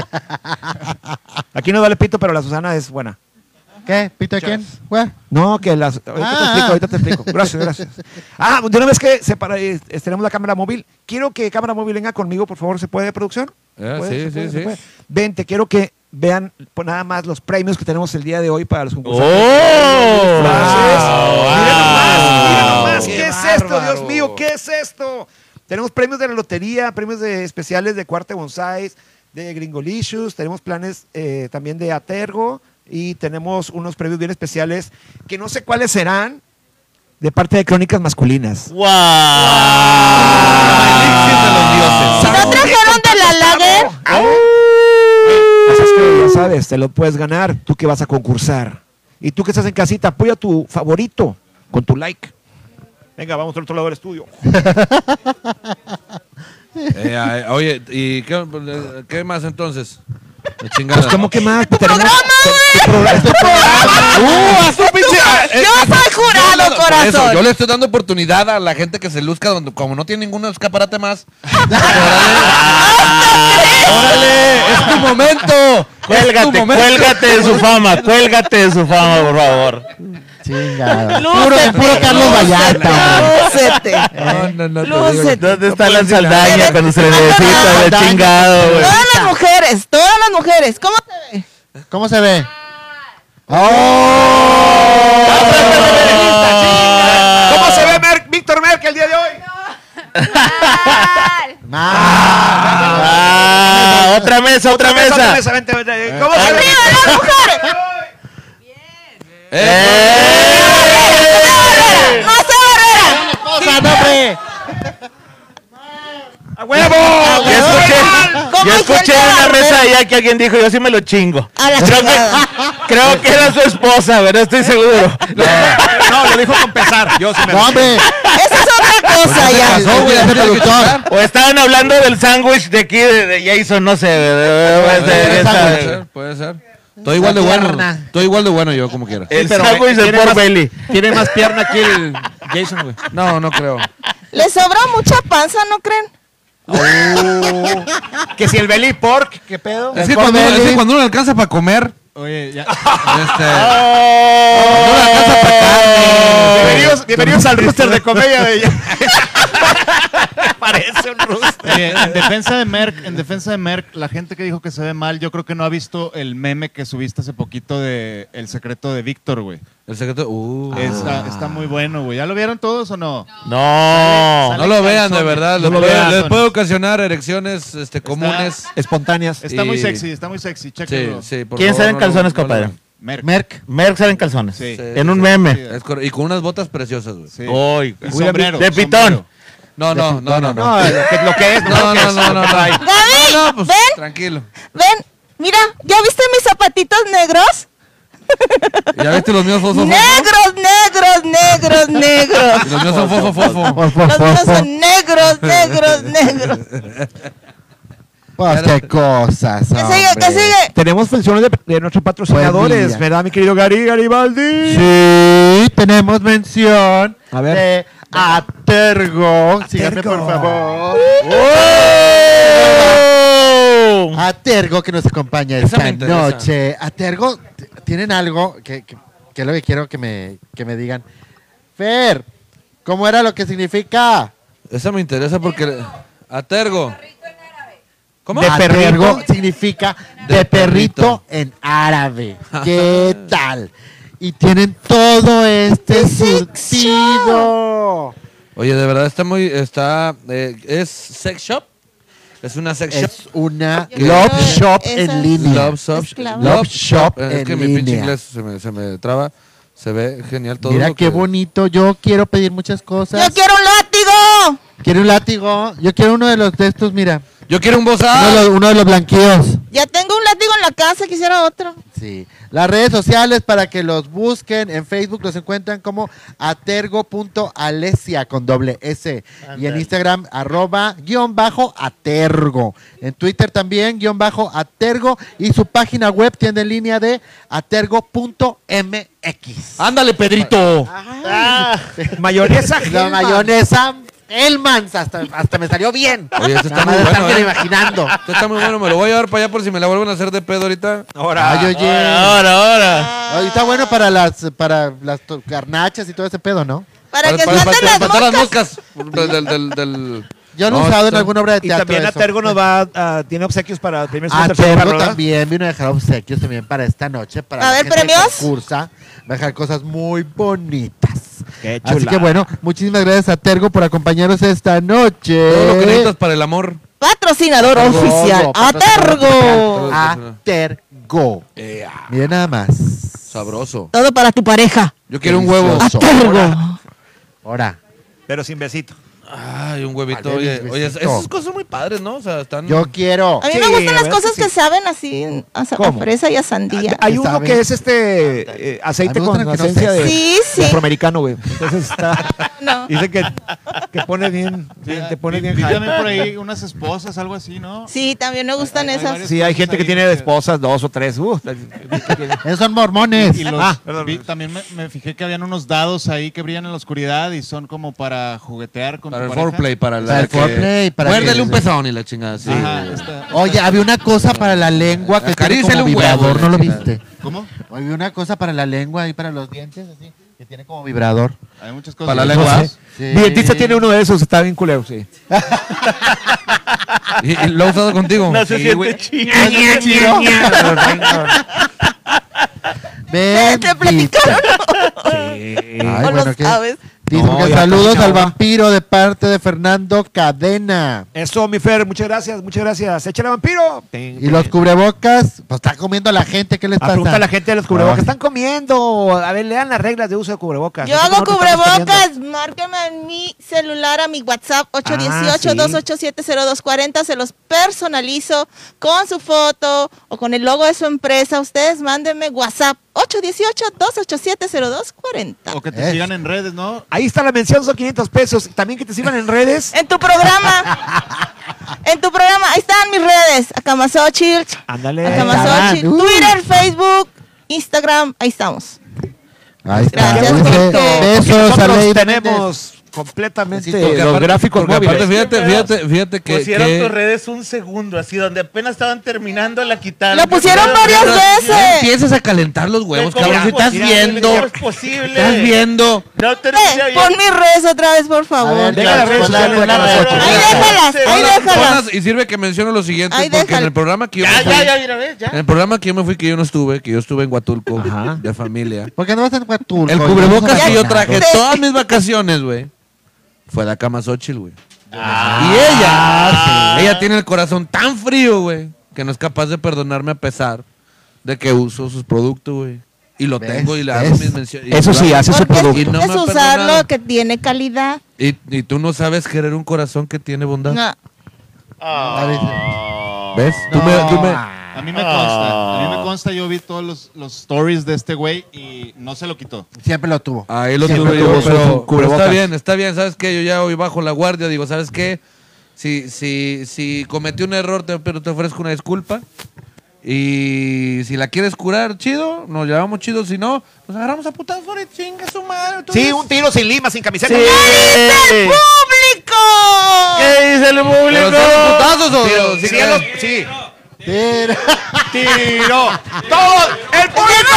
Aquí no vale pito, pero la Susana es buena. ¿Qué? ¿Pito a quién? Güey. No, que las. Ahorita Ah, te ah. explico, ahorita te explico. Gracias, gracias. Ah, de una vez que separa, eh, tenemos la cámara móvil, quiero que cámara móvil venga conmigo, por favor, ¿se puede, producción? Ah, sí, ¿Puede? ¿Se puede? sí, ¿Se sí. puede? Vente, quiero que vean pues, nada más los premios que tenemos el día de hoy para los ¡Oh! concursantes. Frases. Mira nomás, mira nomás, ¿Qué, ¡Qué es esto, Dios bárbaro! mío? ¿Qué es esto? Tenemos premios de la lotería, premios de especiales de Cuarte Bonsais, de Gringolicious, tenemos planes eh, también de Atergo y tenemos unos premios bien especiales que no sé cuáles serán de parte de Crónicas Masculinas. ¡Wow! ¿No Ah, trajeron de la lager? Así es que ya sabes, te lo puedes ganar, tú que vas a concursar. Y tú que estás en casita, apoya a tu favorito con tu like. Venga, vamos al otro lado del estudio. Eh, ay, oye, ¿y qué, qué más entonces? La chingada. Pues, ¿cómo que más? Tenemos- ¡Programa, tu güey! programa- ¡Uh, haz tu pinche- ah, eh, Yo soy no, no, jurado, no, por eso, corazón. yo le estoy dando oportunidad a la gente que se luzca donde- como no tiene ningún escaparate más. ¡Órale! ¡Órale! ¡Es tu momento! ¡Es tu Cuélgate, momento! cuélgate de su fama, cuélgate de su fama, por favor. Chingado. Puro, Lúcete, puro Carlos lúcete, Vallarta. güey. lúcete. No, no, no, te Lúcete. pues, digo que- ¿Dónde está puedes la decir nada. saldaña cuando se le necesita de Saldaña. chingado, Pues, güey? Todas las mujeres, todas las mujeres. ¿Cómo te ve? ¿Cómo se ve? ¿Cómo se ve Mer- Víctor Merck el día de hoy? Ah, otra mesa, otra Otra mesa. mesa, vente, vente. ¿Cómo se ve? Eh. ¡Barrera! ¡No sé, barrera! ¡Cosa, no, hombre! ¡A huevo! Yo escuché, ¿Cómo yo hay escuché gente en la barbera? mesa allá que alguien dijo, yo sí me lo chingo. A la Creo que, chingada. creo que era su esposa, güey, no estoy seguro. No, lo dijo con pesar. Yo sí me Pues ¡No, hombre! Esa es otra cosa ya. Casó, güey, ese productor. O estaban hablando del sándwich de aquí de, de Jason, no sé. de- de- de- de- de- Puede esa- ser, puede ser. Estoy igual de bueno. Estoy igual de bueno yo, como quiera. el pero, sándwich de ¿tiene Pork más- Belly. Tiene más pierna aquí el Jason, güey. No, no creo. Le sobra mucha panza, ¿no creen? Oh. Que si el belly pork, ¿qué pedo? Es que, cuando, es que cuando uno alcanza para comer, Eh, Oye, ya. este, Oh. la casa pa' acá. Bienvenidos, bienvenidos al rooster de comedia de ella. Parece un rooster. Oye, en defensa de Merck, en defensa de Merck, la gente que dijo que se ve mal, yo creo que no ha visto el meme que subiste hace poquito de El secreto de Víctor, güey. el secreto. uh. Está, está muy bueno, güey. ¿Ya lo vieron todos o no? No. No lo vean, de verdad. No les lo puede- vean. Les puede ocasionar erecciones este, comunes. Espontáneas. Está muy Y- sexy, está muy sexy. Sí, Chéquenlo. sí, por ¿Quién favor, sabe en no lo- calzones, no lo compadre? vean. Merck. Merck. Merck sale en calzones. Sí. En un meme. Es cor- y con unas botas preciosas, güey. Sí. Uy, Y sombrero, de pitón. sombrero. No, no, no, no, no. No, lo que, lo que es, no, No, lo que no, es. no, no. no. Gaby, No, no, pues, ven. tranquilo. Ven, mira, ¿ya viste mis zapatitos negros? ¿Ya viste los míos fofo? fofo? Negros, negros, negros, negros. Y Los míos son fofo fofo. Los míos son negros, negros, negros. Pues qué cosas. ¿Qué sigue? ¿Qué hombre. sigue? Tenemos funciones de, de nuestros Buen patrocinadores, día. ¿verdad, mi querido Gary Garibaldi? Sí, tenemos mención A ver. de Atergo. Síganme, Atergo. por favor. Atergo que nos acompaña ¡Oh! Esa me esta interesa. noche. Atergo, t- ¿tienen algo que, que- que es lo que quiero que me, que me digan? Fer, ¿cómo era lo que significa? Esa me interesa porque. Atergo. ¿Cómo? Ah, De perrito. perrito significa de, De perrito. en árabe. ¿Qué tal? Y tienen todo este surtido. Oye, de verdad está muy. está eh, ¿Es sex shop? ¿Es una sex shop? Es una Yo love creo shop esa- en línea. Love Shop. Esclava. Love Shop Eh, Es que en mi pinche línea. inglés se me, se me traba. Se ve genial todo. Mira lo qué que- bonito. Yo quiero pedir muchas Yo cosas. quiero un látigo. Quiero un látigo. Yo quiero uno de los de estos, mira. Yo quiero un boss Uno de los, uno de los blanqueos. Ya tengo un látigo en la casa, quisiera otro. Sí, Sí. Las redes sociales para que los busquen en Facebook los encuentran como atergo.alesia con doble S. Y en Ándale. Instagram arroba guión bajo atergo. En Twitter también guión bajo atergo. Y su página web tiene línea de atergo.mx. Ándale, Pedrito. Ah. Mayonesa La Hellmann's. mayonesa Hellmann's. Hasta, hasta me salió bien. Oye, esto Nada está más muy de bueno. estármelo ¿eh? imaginando. Esto está muy bueno, me lo voy a llevar para allá por si me la vuelven a hacer de pedo ahorita. Ahora. Ay, oye. Ahora, ahora. Ay, está bueno para las para las to- garnachas y todo ese pedo, ¿no? Para, que para- maten las para- para matar moscas. las moscas. Del, del, del- Yo lo he No, usado en está- alguna obra de Y teatro. también eso. Atergo nos va, a- a- tiene obsequios para primer semestre, para Atergo Roda. Ah, también vino a dejar obsequios también para esta noche. Para A la ver, gente que ¿premios? concursa. va a dejar cosas muy bonitas. Qué Así chula. que bueno, muchísimas gracias a Tergo por acompañarnos esta noche. Todo lo que necesitas para el amor. Patrocinador Atergo, oficial. patrocinador Atergo. oficial. Atergo. Miren nada más. Sabroso. Todo para tu pareja. Yo quiero un huevo. Delicioso. Atergo. Ahora, Pero sin besito. Ay, un huevito. Vale, Oye, mi oye, besito. esas cosas son muy padres, ¿no? O sea, están. yo quiero. A mí Sí, me gustan la las verdad cosas que sí. que saben así, a, sa- a ¿Cómo? fresa y a sandía. Hay uno sabe. que es este eh, aceite Hay otra con que no esencia sé. de, Sí, sí. de afroamericano, güey. Entonces está. No. Dice que, que pone bien, bien- te pone Vi- bien vi high. también por ahí este, unas esposas, algo así, ¿no? Sí, también me gustan Hay- hay esas. varios- Sí, hay gente que tiene esposas, dos o tres. Uh, Esos son mormones. Y los- Ah, perdón. vi- también me, me fijé que habían unos dados ahí que brillan en la oscuridad y son como para juguetear con Para tu el pareja. foreplay, para la. Para el que- foreplay, para Muérdele que- un pezón y la chingada. Sí. Ajá, está- Oye, había una cosa para la lengua que tiene Acaríciale como un huevo, vibrador, ¿no lo chingada. viste? ¿Cómo? Había una cosa para la lengua y para los dientes, así, que tiene como vibrador. Hay muchas cosas. Para la lengua. Mi dentista tiene uno de esos, está bien culero, sí. ¿Y, y lo ha usado contigo? No se Sí, siente güey. chido. ¿Te, Ven. te platicaron Ay, o bueno, lo ¿qué? sabes? Dicen No, que ya saludos casi al no. vampiro de parte de Fernando Cadena. Eso, mi Fer, muchas gracias, muchas gracias. Échale vampiro. Y los cubrebocas, pues está comiendo la gente, ¿qué les Ah, pasa? pregunta a la gente de los cubrebocas. Ay. ¿Están comiendo? A ver, lean las reglas de uso de cubrebocas. Yo Nosotros hago no lo estamos cubrebocas. Márquenme en mi celular a mi WhatsApp Ah, sí. 818-287-0240. Se los personalizo con su foto o con el logo de su empresa. Ustedes mándenme WhatsApp 818-287-0240. O que te Es. sigan en redes, ¿no? Ahí está la mención, son 500 pesos. También que te sirvan en redes. En tu programa. en tu programa. Ahí están mis redes. Acamasochil. Ándale. Acamasochil. Estaban, uh. Twitter, Facebook, Instagram. Ahí estamos. Ahí está. Gracias, dice, Jorge. besos a Nosotros Ley tenemos completamente Necesito que los aparte- gráficos porque móviles. aparte, fíjate, fíjate, fíjate que. pusieron que- tus redes un segundo, así donde apenas estaban terminando la quitaron. Lo pusieron Pero- varias pero- No veces. empieces a calentar los huevos, ¿Cómo cabrón. Si es estás posible? viendo. ¿Cómo es posible? Estás viendo. No Eh, terminé pon mis redes otra vez, por favor. ver, Deja las redes Hola, sociales de hola, hola. Canal Ocho. Ahí déjalas, ahí Ponlas- déjalas. ponlas Y sirve que menciono lo siguiente, Ahí porque en déjala. el programa que yo. Ya, me ya, fui- ya, mira, ves, ya. En el programa que yo me fui, que yo no estuve, que yo estuve en Huatulco, Ajá. de familia. Porque no vas a en Huatulco. El ya cubrebocas no que yo son traje Sí. todas mis vacaciones, güey, fue la cama Xochitl, güey. Ah, y ella, ella tiene el corazón tan frío, güey, que no es capaz de perdonarme a pesar de que uso sus productos, güey. Y lo ¿Ves? tengo y le hago ¿Ves? mis menciones. Eso sí, hace su Porque producto. Y no me es ha usar perdonado. lo que tiene calidad. Y, y tú no sabes querer un corazón que tiene bondad. No. A veces. ¿Ves? Tú me- tú me- Ah. A mí me consta. A mí me consta, yo vi todos los, los stories de este güey y no se lo quitó. Siempre lo tuvo. Ahí lo Siempre tuve tuvo yo, su pero, pero cubrebocas. está bien, está bien. ¿Sabes qué? Yo ya hoy bajo la guardia, digo, ¿sabes qué? Si, si, si cometí un error, te, pero te ofrezco una disculpa. Y si la quieres curar, chido, nos llevamos chido. Si no, nos agarramos a putas y chinga su madre. tú Sí, ves. un tiro sin lima, sin camiseta. ¡Público! ¿Qué dice el Pero son público? putazos o Tiro, sí, sí, a los- que- sí. Tira. Tiro. Todo. El público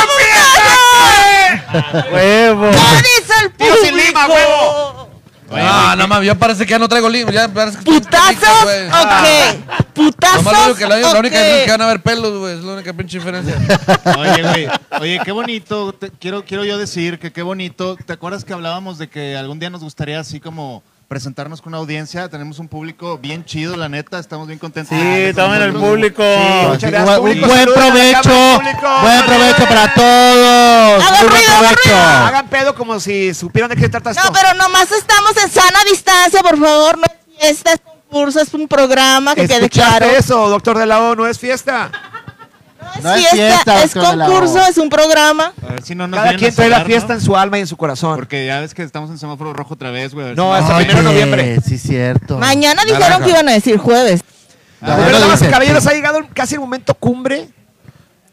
empieza. Huevo. ¿Qué dice el público? Tiro sin lima, huevo. Ah, no mames, ya parece que ya no traigo lim. Ya parece que ¿Putazos? güey. Ok. ¿Putazos? Nomás lo único que la, la única Ok. diferencia es que van a haber pelos, güey. Es la única pinche diferencia. Oye, güey. Oye, qué bonito. te- quiero, quiero yo decir que qué bonito. ¿Te acuerdas que hablábamos de que algún día nos gustaría así como presentarnos con una audiencia? Tenemos un público bien chido, la neta. Estamos bien contentos. Ah, Sí, tomen el público. muchas Así, gracias, un buen- un público. buen Saluden a la provecho. cámara, público. Buen provecho para todos. Hagan Muy buen ruido, hagan provecho. Ah. Hagan pedo como si supieran de qué se trata esto. No, pero nomás estamos en sana distancia, por favor. No es fiesta, es concurso, es un programa que quede ¿Escuchaste claro. eso, doctor de la O? No es fiesta. No No es fiesta, fiesta, es doctora Lavado. concurso, es un programa. A ver si no nos Cada vienen a quien trae la sacar, fiesta ¿no? en su alma y en su corazón. Porque ya ves que estamos en semáforo rojo otra vez, güey. a ver No, si- hasta primero de noviembre. Eh, Sí, cierto. Mañana Naranja. dijeron que iban a decir jueves. A Ah, ver, Pero lo damas y dicen. caballeros, ha llegado el- casi el momento cumbre.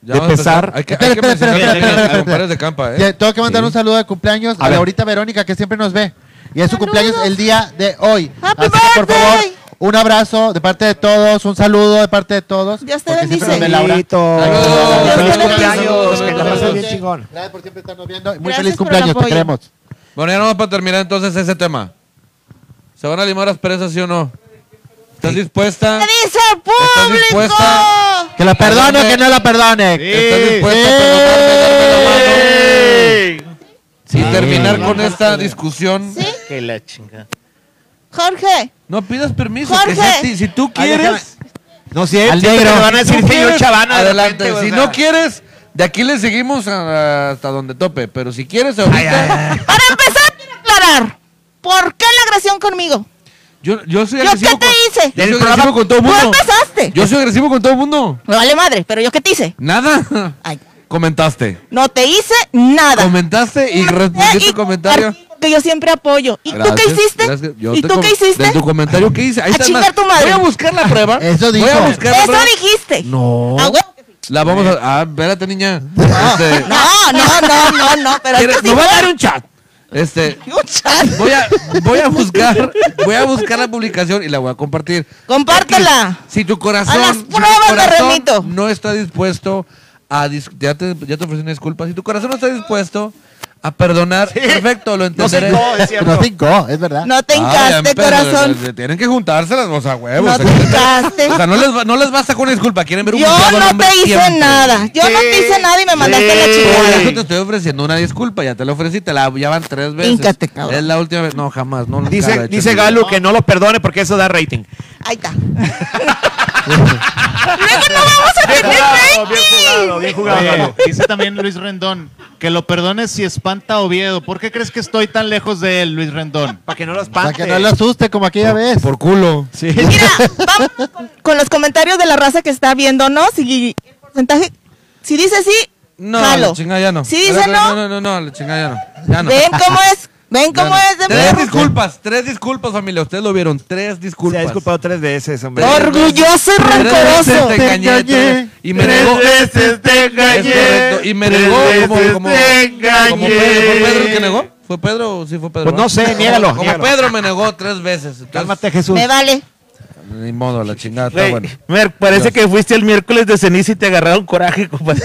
Ya vamos De a empezar. pesar. Hay que, hay Espera, que espera, espera, mencionar espera, también espera, a espera, compadres espera. de campa, Te- ¿eh? Tengo que mandar un saludo de cumpleaños A a, ver. la ahorita Verónica, que siempre nos ve. Y es su ¡Saludos! cumpleaños el día de hoy. ¡Happy Así que, por birthday! favor, un abrazo de parte de todos, un saludo de parte de todos. Dios te porque siempre nos bendice. ve Laura. Saluditos. Saludos. Feliz Saludos. cumpleaños. Saludos. Que la pases bien Saludos. chingón. Gracias por siempre estarnos viendo. y Muy Gracias por feliz el cumpleaños, te apoyo. queremos. Bueno, ya nomás para terminar entonces ese tema. ¿Se van a limar las presas, sí o no? ¿Estás dispuesta? ¿Qué dice el ¿Estás público? Oh. dispuesta? Que la perdone o Perdóname. que no la perdone. ¿Estás dispuesta a perdonarme, darme la mano? Y terminar con esta discusión. Sí, Que la chinga. Jorge. No pidas permiso. Jorge. que sea a ti. si tú quieres, Ah, No, si es, Al si es que negro. me van a decir tú que yo quieres, chavana. de adelante. repente, güey, si o no sea. quieres, de aquí le seguimos a- hasta donde tope. Pero si quieres, ahorita. Para empezar, quiero aclarar. ¿Por qué la agresión conmigo? Yo, yo soy ¿Yo qué agresivo. te hice? Con, yo soy Del programa agresivo con todo el Tú mundo. empezaste. Yo soy agresivo con todo el mundo. Me vale madre, pero yo qué te hice. Nada. Ay, Comentaste. no te hice nada. Comentaste y respondí Y tu comentario. Que yo siempre apoyo. ¿Y tú qué Gracias, hiciste? gracias. Yo ¿Y te tú com- qué hiciste? De tu comentario, ¿qué hice? Ahí A está, chingar más. tu madre. Voy a buscar la prueba. Eso Voy a dijo. buscar la Eso prueba. dijiste. No. Ah, huevo que sí. La vamos a. Ah, espérate, niña. Este, Ah, No, no, no, no, no. Pero es ¿quieres- que sí ¿No va a fue dar un chat? Este. un chat. Voy a, voy a buscar voy a buscar la publicación y la voy a compartir. Compártela. Si tu corazón, A las si tu pruebas me corazón remito. no está dispuesto a dis- ya te, ya te ofrecí una disculpa, si tu corazón no está dispuesto a perdonar, perfecto, lo entenderé. No cinco, es verdad. No te Ah, ya hincaste, empezaron, corazón. se- se Tienen que juntárselas, o sea, huevos. No te hincaste. O sea, no les, va- no les basta con una disculpa. Quieren ver un Yo humillado al no hombre te hice siempre. nada. Yo no te hice nada y me mandaste a la Por chingada. eso te estoy ofreciendo una disculpa. Ya te la ofrecí, te la ya van tres veces. Híncate, cabrón. Es la última vez. No, jamás. No, nunca lo he Dice, hecho. dice Galo que no lo perdone porque eso da rating. Ahí está. Luego no vamos a tener rating. Oye, dice también Luis Rendón que lo perdones si espanta a Oviedo. ¿Por qué crees que estoy tan lejos de él, Luis Rendón? Para que no lo Para espante. que no la asuste como aquella vez. Por culo. Sí. Mira, vamos con, con los comentarios de la raza que está viéndonos y el porcentaje. Si dice sí, No, jalo. la chingada ya no. Si dice Pero- no, No, no, no, la chingada ya no. Ya no. ven cómo es. Ven Ya cómo no. es de Tres perro. disculpas, tres disculpas, familia. Ustedes lo vieron, tres Se disculpas. ha disculpado tres veces, hombre. Orgulloso y Tres veces rencoroso. te engañé, tres- y me negó. veces te Es correcto, Y me Tres negó veces como, como, como te Pedro. ¿Fue Pedro el que engañé. negó? ¿Fue Pedro o sí fue Pedro? Pues no sé, Como- niégalo, Como niégalo. Pedro me negó tres veces. entonces, Cálmate, Jesús. Me vale. Ni modo, la chingada está Güey, bueno. Mer, parece Dios. que fuiste el miércoles de ceniza y te agarraron coraje, compadre.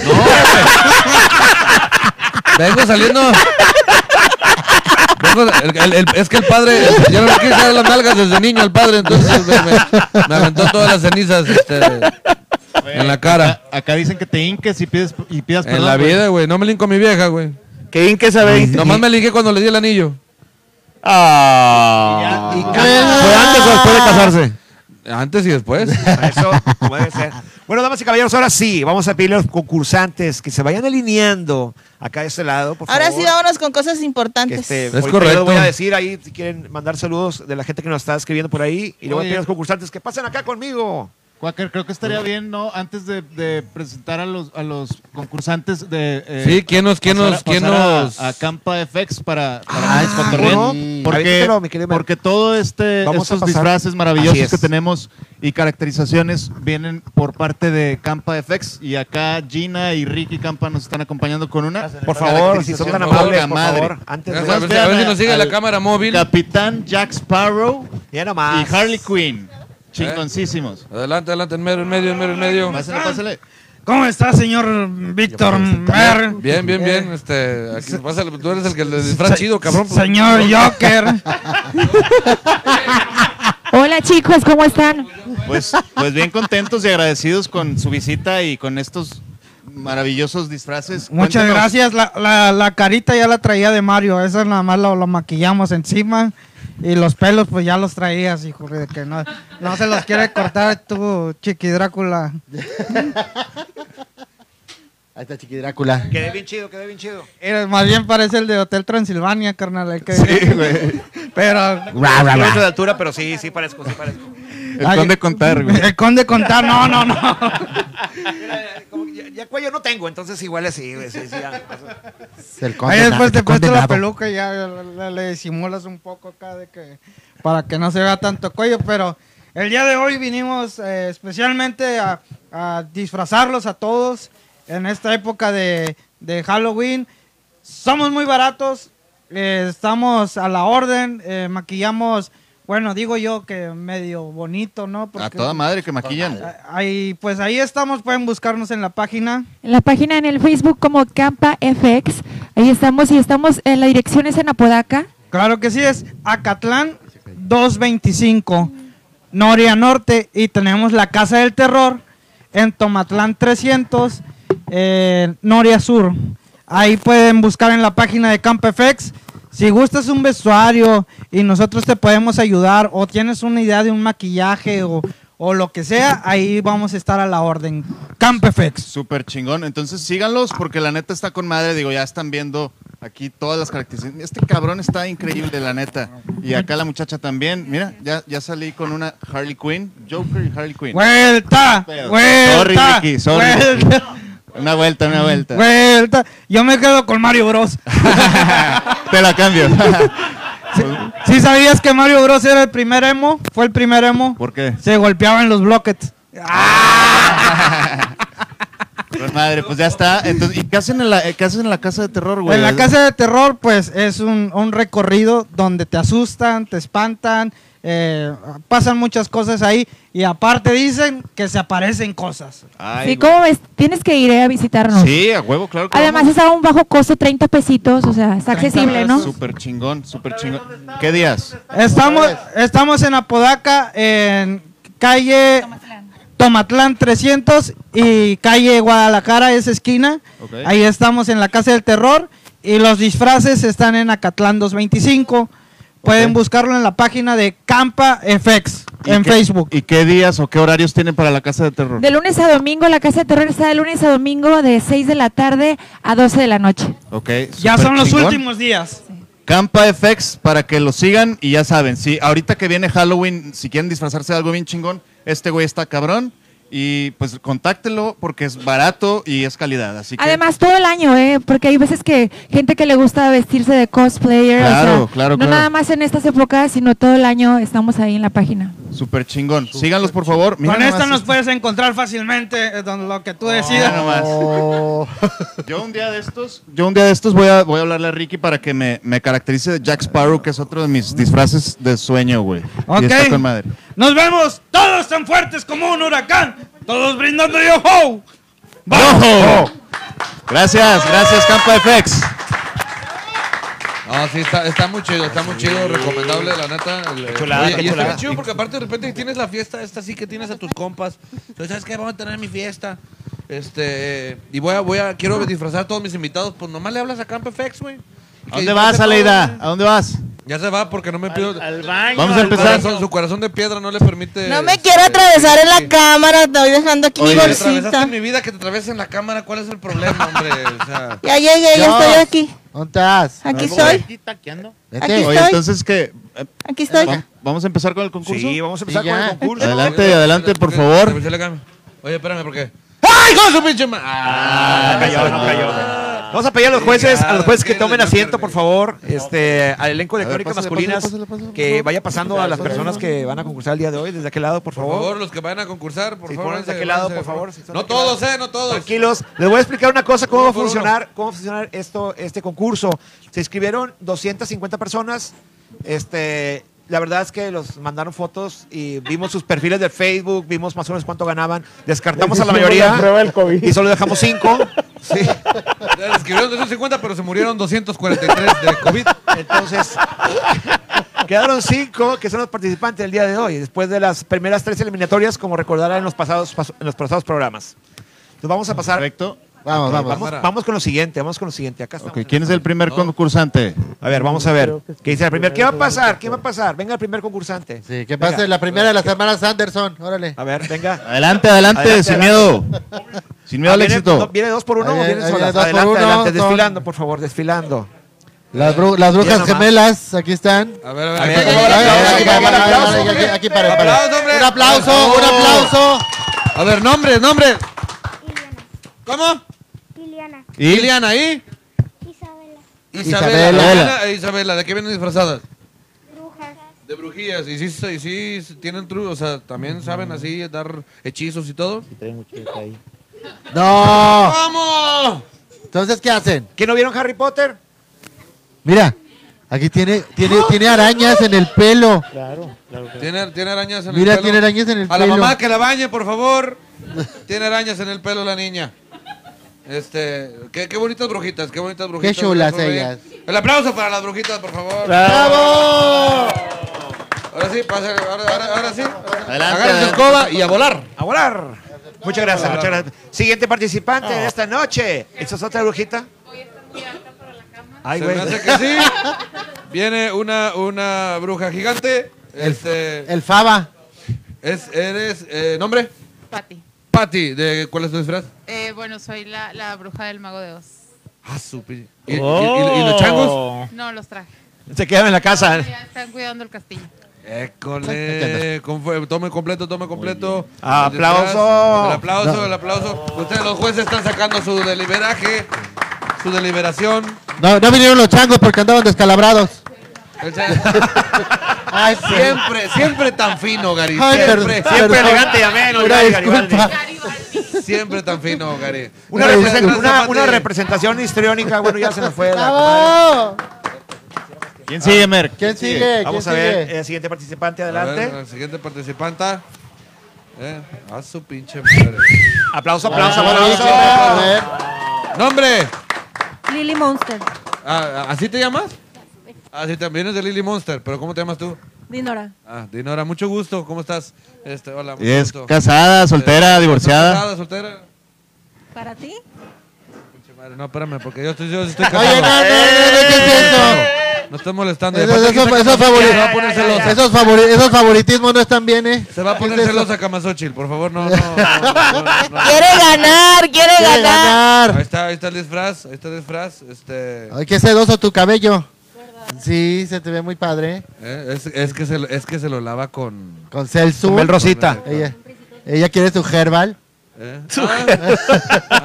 Vengo saliendo. Vengo- el- el- el- es que el padre, yo no le quise dar las nalgas desde niño al padre, entonces me, me- me aventó todas las cenizas este, en la cara. A- acá dicen que te hinques y pides y pidas En la güey. vida, güey. No me linco a mi vieja, güey. Que inque sabe. Nomás me linqué cuando le di el anillo. Ah. ¿Fue antes o después de casarse? Antes y después. Eso puede ser. Bueno, damas y caballeros, ahora sí, vamos a pedirle a los concursantes que se vayan alineando acá de este lado, por Ahora favor. sí, vámonos con cosas Que, importantes. este, Es ahorita yo correcto. les voy a decir ahí si quieren mandar saludos de la gente que nos está escribiendo por ahí. Y le voy a Oye. pedir a los concursantes que pasen acá conmigo. Quaker, creo que estaría bien, ¿no? Antes de, de presentar a los, a los concursantes de. eh, Sí, ¿quién nos- quién pasar- nos- quién pasar a- nos- A, Campa FX para. para Ah, Luis Cotorrel. ¿cómo no? Avíntelo, mi Porque, querido Mer. porque todo este. Vamos a estos pasar. disfraces Así maravillosos es. que tenemos y caracterizaciones vienen por parte de Campa FX. Y acá Gina y Ricky Campa nos están acompañando con una. Por favor, si son tan caracterización amables, poca por madre. favor. Antes A de... ver, a ver si nos sigue la cámara móvil. Capitán Jack Sparrow Ya y nomás. Harley Quinn. Chingoncísimos. ¿Eh? Adelante, adelante, en medio, en medio, en medio, en medio. Pásale, pásale. ¿Cómo está, señor Víctor Mer? Bien, bien, Eh, bien. Este, aquí, pásale, tú eres el que le disfraz chido, cabrón. pues, Señor Joker. Hola chicos, ¿cómo están? Pues, pues bien contentos y agradecidos con su visita y con estos maravillosos disfraces. Muchas Cuéntenos. gracias. La, la- la carita ya la traía de Mario. Esa nada más lo, lo maquillamos encima. Y los pelos, pues ya los traías, hijo de que no, no se los quiere cortar tú, chiqui Drácula. Ahí está Chiqui Drácula. Quedé bien chido, quedé bien chido. Eres- más bien parece el de Hotel Transilvania, carnal. el que- Pero No de altura, pero sí, sí parezco, sí parezco. Ay, El de contar, güey. El conde contar, no, no, no. Ya, ya cuello no tengo, entonces igual así, güey. sí, sí, ya. El Ahí condena- después te el puesto la condenado. peluca y ya le, le- le disimulas un poco acá de que para que no se vea tanto cuello, pero el día de hoy vinimos eh, especialmente a, a disfrazarlos a todos en esta época de, de Halloween. Somos muy baratos, eh, estamos a la orden, eh, maquillamos, bueno, digo yo que medio bonito, ¿no? A toda madre que maquillan. Ahí, pues ahí estamos, pueden buscarnos en la página. En la página en el Facebook como Campa FX. Ahí estamos y estamos en la dirección es en Apodaca. Claro que sí, es Acatlán 225, Noria Norte, y tenemos la Casa del Terror en Tomatlán 300, eh, Noria Sur. Ahí pueden buscar en la página de CampFX. Si gustas un vestuario y nosotros te podemos ayudar o tienes una idea de un maquillaje o, o lo que sea, ahí vamos a estar a la orden. Campefax. Súper chingón. Entonces síganlos porque la neta está con madre. Digo, ya están viendo aquí todas las características. Este cabrón está increíble, la neta. Y acá la muchacha también. Mira, ya, ya salí con una Harley Quinn, Joker y Harley Quinn. ¡Vuelta! Pero- ¡Vuelta! Sorry, Ricky, sorry. ¡Vuelta! Una vuelta, una vuelta. Vuelta. Yo me quedo con Mario Bros. Te la cambio. ¿Sí sabías que Mario Bros era el primer emo? Fue el primer emo. ¿Por qué? Se golpeaba en los blockets. Con madre, pues ya está. Entonces, ¿Y qué hacen en la, eh, qué hacen en la casa de terror, güey? En la casa de terror, pues es un, un recorrido donde te asustan, te espantan, eh, pasan muchas cosas ahí y aparte dicen que se aparecen cosas. sí, ¿cómo ves? Tienes que ir eh, a visitarnos. Sí, a huevo, claro que Además vamos. es a un bajo costo, 30 pesitos, o sea, está accesible, ¿no? Súper chingón, súper chingón. ¿Qué días? Estamos, estamos en Apodaca, en calle Tomatlán 300 y calle Guadalajara, esa esquina. Ok. Ahí estamos en la Casa del Terror y los disfraces están en Acatlán 225. Pueden buscarlo en la página de Campa FX ¿Y en qué- Facebook. ¿Y qué días o qué horarios tienen para la casa de terror? De lunes a domingo, la Casa de Terror está de lunes a domingo de 6 de la tarde a 12 de la noche. Ok, Ya súper son los chingón. últimos días. Campa FX para que lo sigan y ya saben, sí, ahorita que viene Halloween, si quieren disfrazarse de algo bien chingón, este güey está cabrón y pues contáctelo porque es barato y es calidad, así que Además, todo el año, ¿eh? Porque hay veces que gente que le gusta vestirse de cosplayer. o Claro, sea, claro, No claro. nada más en estas épocas, sino todo el año estamos ahí en la página. súper chingón. Síganlos por favor. Mira Con nomás esta nos esto. puedes encontrar fácilmente eh, donde lo que tú decidas. Mira nomás. Yo un día de estos, Yo un día de estos voy a, voy a hablarle a Ricky para que me, me caracterice de Jack Sparrow, que es otro de mis disfraces de sueño, güey. Ok. Y está con madre. Nos vemos todos tan fuertes como un huracán. Todos brindando yo ho. ¡Ojo! Gracias, gracias Campa FX. No, sí, está, está muy chido, está muy chido, recomendable, la neta. El- Chulada, Oye, y está chulada. bien chido porque aparte de repente tienes la fiesta esta sí que tienes a tus compas. Entonces, ¿sabes qué? Vamos a tener mi fiesta. Este, y voy a, voy a, quiero disfrazar a todos mis invitados, pues nomás le hablas a Camp FX, güey. ¿A dónde vas, Aleida? ¿A dónde vas? Ya se va porque no me pido... Al, baño. Vamos a al empezar. corazón, su corazón de piedra no le permite... No me quiero atravesar en la cámara, estoy dejando aquí mi este, Oye, te atravesaste bolsita. en mi vida que te atraviesen en la cámara, ¿cuál es el problema, hombre? O sea, Ya llegué, ya Dios. estoy aquí. ¿Dónde estás? Aquí No, soy. güey. Vete. Aquí Oye, estoy. entonces que Aquí estoy. vamos a empezar con el concurso. Sí, vamos a empezar Sí, con ya. el concurso. Adelante, adelante, por favor. atravesé la cámara. Oye, espérame, ¿por qué? ¡Ay, hijo de su pinche ma- Ah, Vamos a pedir a los jueces, a los jueces que tomen asiento, por favor, este, al elenco de A ver, crónicas pásale, masculinas, pásale, pásale, pásale, que pásale. vaya pasando a las Pásale, personas pásale. que van a concursar el día de hoy, desde aquel lado, por Por favor, favor. los que vayan a concursar, por Sí, favor. pónganse de váyanse, aquel lado, váyanse, por favor, si son de no aquel todos, lado. eh, no todos. Tranquilos, les voy a explicar una cosa, cómo va a Uno por uno. funcionar, cómo va a funcionar esto, este concurso. Se inscribieron 250 personas, este, la verdad es que los mandaron fotos y vimos sus perfiles de Facebook, vimos más o menos cuánto ganaban, descartamos a la mayoría y solo dejamos cinco. Sí. Se Escribieron 250, pero se murieron 243 de COVID. Entonces, quedaron cinco que son los participantes del día de hoy, después de las primeras tres eliminatorias, como recordarán en los pasados, pas- en los pasados programas. Entonces vamos a pasar. Perfecto. Vamos, Ok, vamos. vamos, vamos con lo siguiente, vamos con lo siguiente. Acá estamos. Ok, ¿Quién es el primer concursante? A ver, vamos a ver. ¿Qué dice el primer? ¿Qué va a pasar? ¿Qué va a pasar? Venga el primer concursante. Sí, que pase la primera de las hermanas Anderson. Órale. A ver, venga. Adelante, adelante, Adelante, sin adelante. miedo. Sin miedo Ah, al viene, éxito. no, ¿Viene dos por uno Ahí o viene- viene ahí sola? viene dos por Adelante, uno, adelante. son- Desfilando, por favor, desfilando. Las, bru- las Ya brujas nomás. gemelas, aquí están. A ver, a ver. Aquí, Aquí, aquí, aquí, aquí, aquí, aquí, aquí, aquí, aquí, aquí, para, para. Un aplauso, Oh. un aplauso. A ver, nombre, nombre. ¿Cómo? Liliana, ¿Y? Liliana, ¿y? Isabela. Isabela. Isabela. eh, Isabela, ¿de qué vienen disfrazadas? De brujillas. ¿Y sí, y sí tienen truco? O sea, ¿también saben así dar hechizos y todo? No. ¡Vamos! Entonces, ¿qué hacen? ¿Que no vieron Harry Potter? Mira, aquí tiene, tiene, tiene arañas en el pelo. Claro, claro. Tiene, tiene arañas en Mira, el pelo. tiene arañas en el A la pelo. mamá que la bañe, por favor. tiene arañas en el pelo la niña. Este, qué, qué bonitas brujitas, qué bonitas brujitas. chulas Son bien. ellas. El aplauso para las brujitas, por favor. ¡Bravo! Ahora sí, pásale, ahora, ahora, ahora sí. Adelante. Agarra su escoba y a volar. A volar. Muchas gracias, muchas gracias. Siguiente participante Ah. de esta noche. ¿Esa es otra brujita? Ay, Se güey. me hace que sí. Viene una, una bruja gigante. Este, El fava. es, eres, eh, ¿nombre? Pati. Pati, ¿de cuál es tu disfraz? Eh, bueno, soy la, la bruja del mago de Oz. Ah, su pi- ¿Y, y- y- y Oh. los changos? No, los traje. Se quedaron en la casa. Ya están cuidando el castillo. École, con fue- tome completo, tome completo. Aplauso. El aplauso, No. el aplauso. Ustedes, los jueces, están sacando su deliberaje, su deliberación. No, no vinieron los changos porque andaban descalabrados. El cha- Ay, siempre, siempre tan fino, Gary. Ay, perdón, siempre, Siempre perdón. elegante y ameno, Una Gary Garibaldi. disculpa. Siempre tan fino, Gary. Una, Eh, Oye, represent- gracias, una- Pati. una representación histriónica. Bueno, ya se nos fue. la- ¿Quién sigue, Merck? ¿Quién sigue? Vamos a ¿Quién ver, sigue? eh, siguiente participante, A ver, adelante. el siguiente participante. Eh, a su pinche madre. Aplauso, aplauso, Ah, aplauso. a ver. ¡Nombre! Lily Monster. Ah, ¿Así te llamas? Así también es de Lily Monster, pero ¿cómo te llamas tú? Dinora. Ah, Dinora, mucho gusto, ¿cómo estás? Este, hola, mucho ¿Es gusto. Este, casada, soltera, ¿estás divorciada? Casada, soltera. ¿Para ti? Pinche madre, No, espérame, porque yo estoy, yo estoy casado. Oye, no, no, no, no, ¿qué es eso? Eh, No estoy molestando. Eso, Aparte eso- que está esos casada, favori- Se va a poner celosa. esos favori- esos favoritismos no están bien, ¿eh? Se va a poner ¿Qué es eso? celosa Camasochil, por favor, no, no, no, no, no. Quiere ganar, quiere Quiere ganar. ganar. Ahí está, ahí está el disfraz, ahí está el disfraz, este... Ay, qué sedoso tu cabello. Sí, se te ve muy padre. eh, es, es que se, lo- es que se lo lava con... Con Celsu. Con Bel Rosita. Ella, ella quiere su herbal. ¿Eh?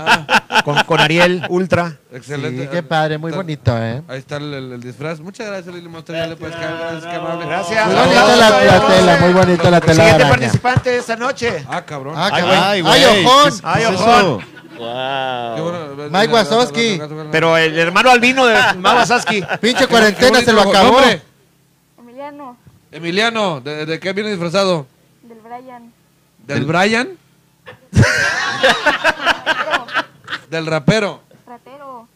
Ah. Ah. Con- con Ariel Ultra. Excelente. Sí, qué padre, muy Está- bonito, ¿eh? Ahí está el, el- el disfraz. Muchas gracias, Lili Monster. Ya le puedes caer, gracias, qué amable. Gracias. Muy bonita la, la tela, muy bonita la tela de Siguiente araña. participante de esta noche. Ah, cabrón. Ah, Ay, cabrón. güey. Ay, ojón. Ay, ¿Qué es ojón. Wow. Mike Wazowski. Pero el hermano albino de Mawasaski. Pinche cuarentena se lo acabó. Nombre, Emiliano, Emiliano, ¿de, de qué viene disfrazado? del Brian. ¿Del Brian? ¿Del rapero? Ratero.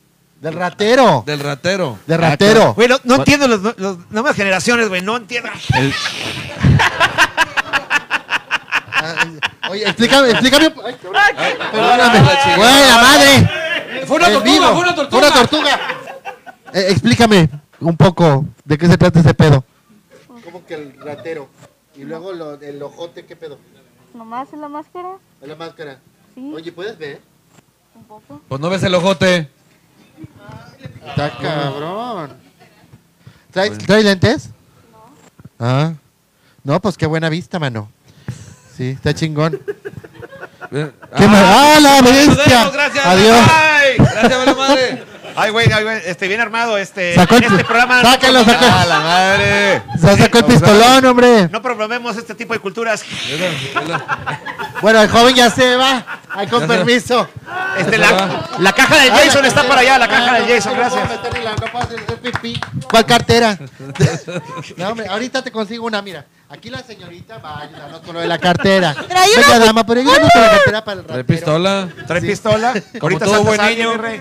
Del ratero. Del ratero. Del ratero. Güey, no, no entiendo las nue- las nuevas generaciones, güey. No entiendo. Oye, explícame, explícame. Ay, cabrón. Perdóname. la chingada. Güey, la madre. Fue una En tortuga, vivo. fue una tortuga. Fue una tortuga. Eh, explícame un poco de qué se trata ese pedo. Como que el ratero. Y luego el ojote, ¿qué pedo? Nomás en la máscara. La máscara. Sí. Oye, ¿puedes ver? Un poco. Pues no ves el ojote. Está cabrón. ¿Traes, traes lentes? No. Ah. No, pues qué buena vista, mano. Sí, está chingón. Eh, ¡Qué ma- ¡Ah, la Nos bestia! vemos, pues, gracias. Adiós. Bye. Gracias, vale madre. Ay, güey, ay, güey, este, bien armado, este, Sacó el- en este programa. sácalo, no, sácalo. Ah, la madre. Se sacó el No, pues, pistolón, hombre. No promovemos este tipo de culturas. Bueno, el joven ya se va. Ay, con Ya se- permiso. Este, la, la caja del Ah. Ay, Jason está para allá, la caja Ay, del no, Jason, no puedo gracias. meterle la- no puedo hacer pipí. ¿Cuál cartera? No, hombre, ahorita te consigo una, mira. Aquí la señorita va a ayudarnos con lo de la cartera. Trae Venga, una- dama, por ahí vamos con la cartera para el ¿Trae ratero. pistola? Trae pistola. Como Ahorita todo saltas buen a alguien, niño. mi rey.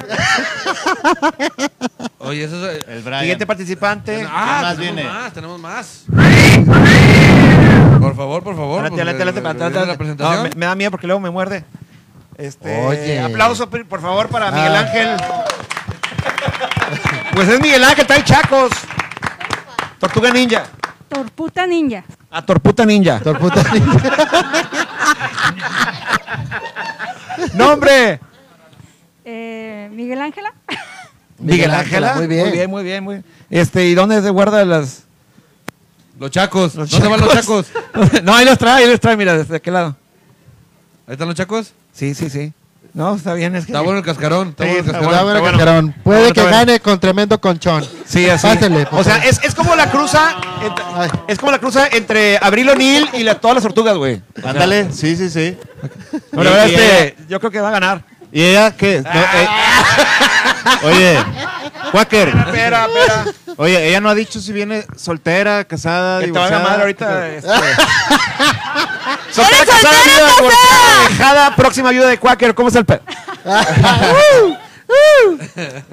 Oye, eso es... El Siguiente participante. Ah, más tenemos viene? más, tenemos más. Por favor, por favor. porque Adelante, adelante, adelante, viene adelante. la No, presentación. me, me da miedo porque luego me muerde. Este, Oye. Aplauso, por por favor, para Ah. Miguel Ángel. Pues es Miguel Ángel, trae chacos. Tortuga Ninja. Torputa ninja. A Torputa Ninja. Torputa Ninja. Nombre. Eh, Miguel Ángela. Miguel Ángela. muy bien. Muy bien, muy bien, muy bien. Este, ¿y dónde se guardan las...? Los chacos. ¿Dónde van los chacos? no, ahí los trae, ahí los trae, mira, desde aquel lado. ¿Ahí están los chacos? Sí, sí, sí. No, está bien, es que... Está bueno el cascarón. Está bueno el cascarón. Está bueno, Cascarón. Puede que gane con tremendo conchón. Sí, así. Pásele, por o sea, favor. es, es como la cruza. entre- es como la cruza entre Eh, Abril O'Neill y la- todas las tortugas, güey. Ándale, sí, sí, sí. No, la verdad, Y- y este, yo creo que va a ganar. ¿Y ella qué? No, eh, Ah. oye, Quaker. Espera, espera. Oye, ella no ha dicho si viene soltera, casada, Que te divorciada. valga madre ahorita, este. ¿Soltera, casada, viuda, divorciada, dejada, próxima ayuda de Quaker. ¿Cómo es el pedo?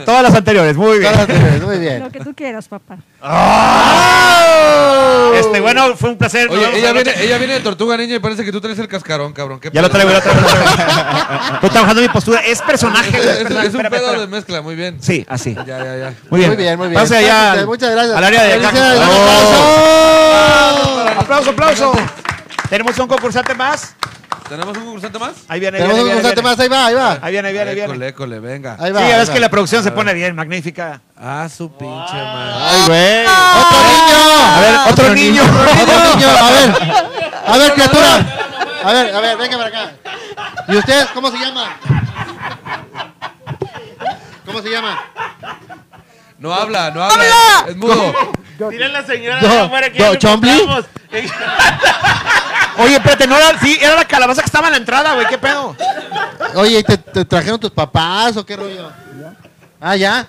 Todas las anteriores, muy bien. Todas las anteriores, muy bien. Lo que tú quieras, papá. Este, bueno, fue un placer. nos Oye, vemos ella la viene, noche. ella viene de Tortuga Niña y parece que tú traes el cascarón, cabrón. ¿Qué Ya lo pedo? traigo, ya lo traigo. ya lo traigo. Estoy trabajando mi postura. Es personaje. Es, güey. es- es un Espérame, pedo espérame. de mezcla, muy bien. Sí, así. Ya, ya, ya. Muy bien. Muy bien, muy bien. Pase allá. al- Muchas gracias. Al área de Oh. acá. Felicidades, un ¡Bravo! Aplauso, aplauso. Tenemos un concursante más. ¿Tenemos un concursante más? Ahí viene, ahí Tenemos viene. un ahí constante viene. más, ahí va, ahí va. Ahí viene, ahí viene, ahí viene. École, école, venga. Ahí Sí, va. ya ahí ves va. que la producción se pone bien, magnífica. Ah, su pinche madre. Ay, güey. Otro niño. Ah. A ver, otro niño. Otro niño. A ver. A ver, criatura. A ver, a ver, venga para acá. ¿Y usted cómo se llama? ¿Cómo se llama? No habla, no habla. Es mudo. Dile a la señora Yo- de afuera que yo- ya nos ¿Chombli? encontramos. Oye, espérate, no era, sí, era la calabaza que estaba en la entrada, güey, qué pedo. Oye, ¿y ¿te, te trajeron tus papás o qué rollo? Ah, ya.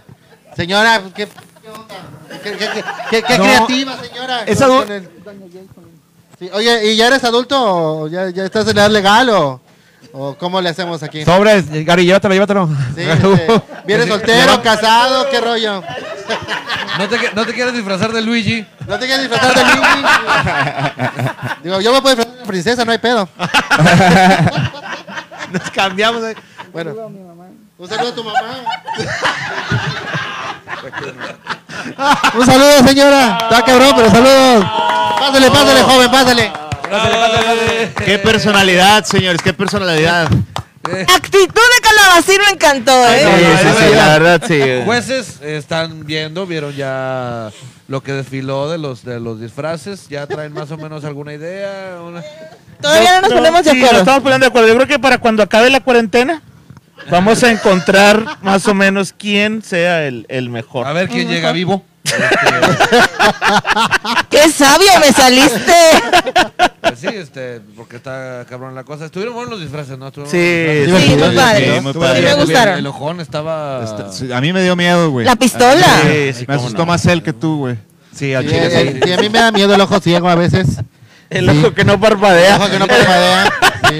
Señora, pues, ¿qué, qué onda? ¿Qué, qué- qué- qué- qué No. creativa, señora? Es con- adu- con el- Sí, oye, ¿y ya eres adulto? o ¿Ya, ya estás en edad legal o, o cómo le hacemos aquí? Sobres, Gary, llévatelo, llévatelo. Sí, este, ¿Vienes soltero, casado? ¿Qué rollo? No te, que- no te quieres disfrazar de Luigi. ¿No te quieres disfrazar de Luigi? Digo, yo me puedo disfrazar de princesa, no hay pedo. Nos cambiamos. eh. Bueno. Un saludo a tu mamá. Un saludo, señora. Está cabrón, pero saludos. Pásale, pásale, joven, pásale. Qué personalidad, señores, qué personalidad. Eh. Actitud de calabacín me encantó, ¿eh? sí, sí, la verdad, sí. Jueces están viendo, vieron ya lo que desfiló de los de los disfraces, ya traen más o menos alguna idea. Una... Todavía no nos ponemos de sí, nos acuerdo. estamos poniendo de acuerdo. Yo creo que para cuando acabe la cuarentena, vamos a encontrar más o menos quién sea el, el mejor. A ver quién llega vivo. ¡Qué sabio me saliste! Pues sí, este, porque está cabrón la cosa. Estuvieron buenos los disfraces, ¿no? Estuvieron Sí, buenos Sí, los disfraces. muy muy bien, padre. muy Sí, padre. me El, gustaron. ojón estaba. Está- sí, a mí me dio miedo, güey. La pistola. Sí, sí, me cómo asustó no. más él que tú, güey. Sí, al Sí, chile, sí. eh, sí, a mí me da miedo el ojo ciego a veces. El ojo que no parpadea. Ojo que no parpadea. Sí,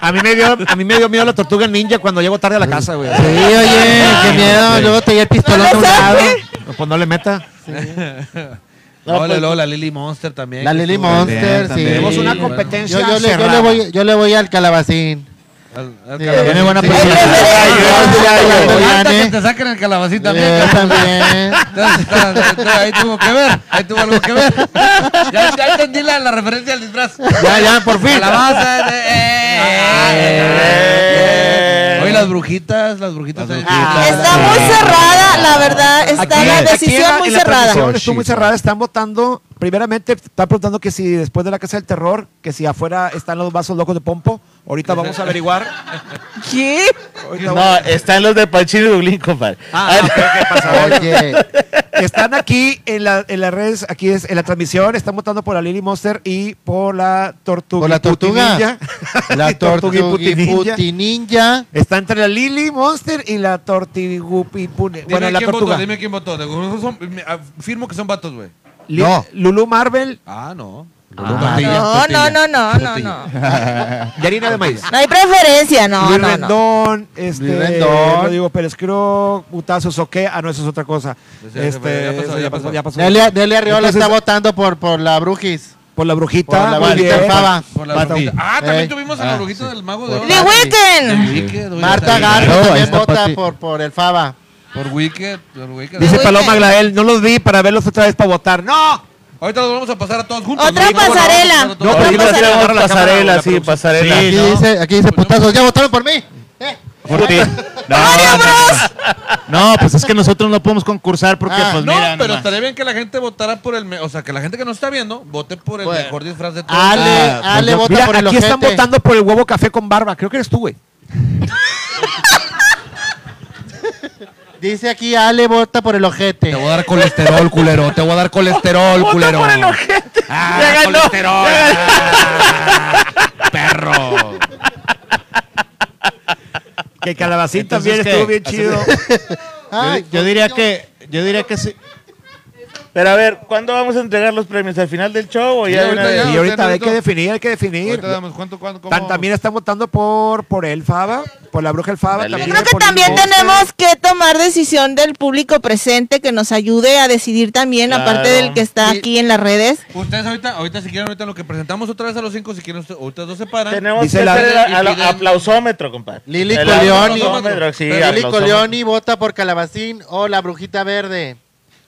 A mí me dio, a mí me dio miedo la tortuga ninja cuando llego tarde a la casa, güey. Sí, oye, qué miedo. Luego te lleva el pistolón a un lado. No, Pues no le meta. No, luego- luego la Lily Monster también. La que Lily estuvo- Monster, sí. también. Tenemos una Sí, bueno. competencia Yo, yo le, yo cerrada. le voy, yo le voy al calabacín. Al- al Sí. calabacín. Tiene buena Sí. personalidad. Ay, yo- yo- yo- yo- yo- yo- Ahorita yo- que te saquen el calabacín también. Yo cabrón. también. Entonces, está- está- Ahí tuvo que ver, ahí tuvo algo que ver. Ya, ya entendí la, la referencia al disfraz. Ya, ya, por fin. Calabaza. eh, eh, eh. Oye, las brujitas, las brujitas. también. Ah, Está muy cerrada, la verdad. Está la decisión muy cerrada. Oh, Está muy cerrada. Están votando. Primeramente, están preguntando que si después de la Casa del Terror, que si afuera están los vasos locos de Pompo. Ahorita vamos a averiguar. ¿Qué? Ahorita No, están los de Panchino y Dublín, compadre. Ah, no, creo que pasa. Oye, Están aquí en, la- en las redes, aquí es en la transmisión. Están votando por la Lily Monster y por la tortuga. Por la tortuga. la tortuga tortuguiputi ninja. Está entre la Lily Monster y la tortigupipune. Dime Bueno, la quién votó, tortuga. dime quién votó. Digo, son- me- Afirmo que son vatos, güey. Li- No. Lulu Marvel, Ah, no. No, no, no, no, no, no. Yarina de Maíz. No hay preferencia, no, Luis no, no. Rendón, este, Luis Rendón. Rodrigo Pérez Cruz, Mutazos o qué, ah, no, eso es otra cosa. Pues ya se fue, Este, ya pasó, eso ya ya pasó. pasó, ya pasó. Nelly, Nelly Arriola Entonces- está votando por, por la brujis. Por la brujita, Por la muy brujita bien. Fava. Por la Marta- brujita. Ah, también Eh, tuvimos a la brujita del mago de The oro. Weeknd. Del Wicked, oye, Marta también. Garza No, ahí también está vota Pati. por, por el Fava. Por Wicked, por Wicked. Dice Muy Paloma bien. Glael, no los vi para verlos otra vez para votar. ¡No! Ahorita los vamos a pasar a todos juntos. Otra ¿no? ¿Cómo no? pasarela. Vamos a pasar a todos. No, pero Ahorita yo no sé tenemos agarrar la cámara o la pasarela, sí, producción. pasarela. Pues Aquí dice, aquí dice putazos, ya votaron por mí. Eh, Por ti. no, no, pues es que nosotros no podemos concursar porque, Ah, pues no, mira. pero nomás. estaría bien que la gente votara por el. me- o sea, que la gente que nos está viendo vote por el Bueno. mejor disfraz de todos. Ah, pues, Ale, Ale, vota por el aquí están votando por el huevo café con barba. Creo que eres tú, güey. Dice aquí, Ale vota por el ojete. Te voy a dar colesterol, culero. Te voy a dar colesterol, Vota culero. por el ojete. Ah, Ya ganó. colesterol. ah, perro. Que calabacín Entonces, también ¿qué? estuvo bien chido. Ay, yo, di- yo diría que, yo diría que sí. Pero a ver, ¿cuándo vamos a entregar los premios? ¿Al final del show o ya de una vez? y ahorita hay que definir, hay que definir. Ahorita damos cuánto, cuánto, cómo Tan- también están votando por, por el Faba, por la bruja el Faba. Yo también creo que por el también Monster. tenemos que tomar decisión del público presente que nos ayude a decidir también, aparte Claro. del que está Y- aquí en las redes. Ustedes ahorita, ahorita si quieren, ahorita lo que presentamos otra vez a los cinco, si quieren, ustedes- ahorita dos se paran. Tenemos que hacer el a- a- aplausómetro, compadre. Lili El Colioni. aplausómetro, sí, Lili aplausómetro. Colioni vota por Calabacín o la Brujita Verde.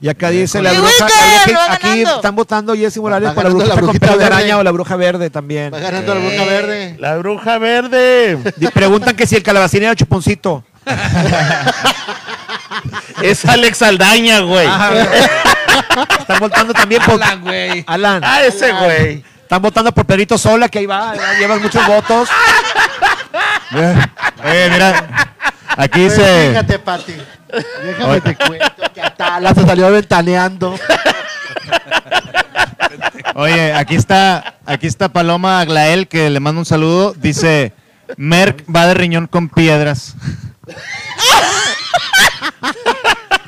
Y acá dice la Sí, bruja. güey, la bruja- va aquí ganando. están votando Jessy Morales Va por la ganando bruja, la con brujita piel de verde. araña o la bruja verde también. Va ganando la Eh. Bruja Verde. La bruja verde. Y preguntan que si el calabacín era chuponcito. Es Alex Aldaña, güey. Están votando también por Alan, güey. Alan. Ah, ese güey. Están votando por Pedrito Sola, que ahí va, ahí va, llevas muchos votos. Eh, mira, aquí Pues dice. Fíjate, Pati. Déjame Oye. te cuento que Atala se salió ventaneando. Oye, aquí está, aquí está Paloma Aglael, que le mando un saludo. Dice, Merck va de riñón con piedras.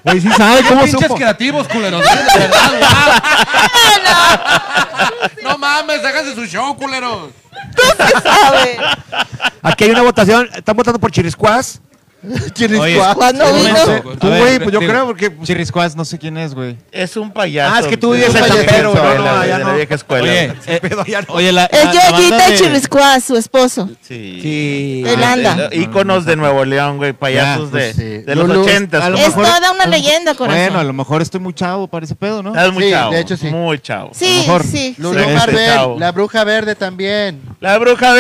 Güey, sí Qué pinches creativos, culeros. De verdad, güey. No mames, háganse su show, culeros. Aquí hay una votación, están votando por Chiriscuas. Oye, ¿Cuándo no vino? sé. Tú, A ver, güey, pues yo digo, creo porque... Chirriscuas, no sé quién es, güey. Es un payaso. Ah, es que tú vives Es un en payaso Tampero, de no, la- no, de allá la Ah, no. eh, vieja escuela. Oye, Ese pedo ya no. Oye, la, Es la- la banda Yoyita de- Chiriscuá, su esposo. Sí. Ah, Sí. Irlanda. Íconos de Nuevo León, güey. Payasos Ya, pues, de, sí. de los Lulu, ochentas. a lo compadre. Es toda una leyenda, corazón. Bueno, a lo mejor estoy muy chavo para ese pedo, ¿no? Estás Ah, muy Sí, chavo. de hecho, sí. Muy chavo. Sí, mejor. sí. Lulú Sí. Marvel, Chao. la Bruja Verde también. ¡La bruja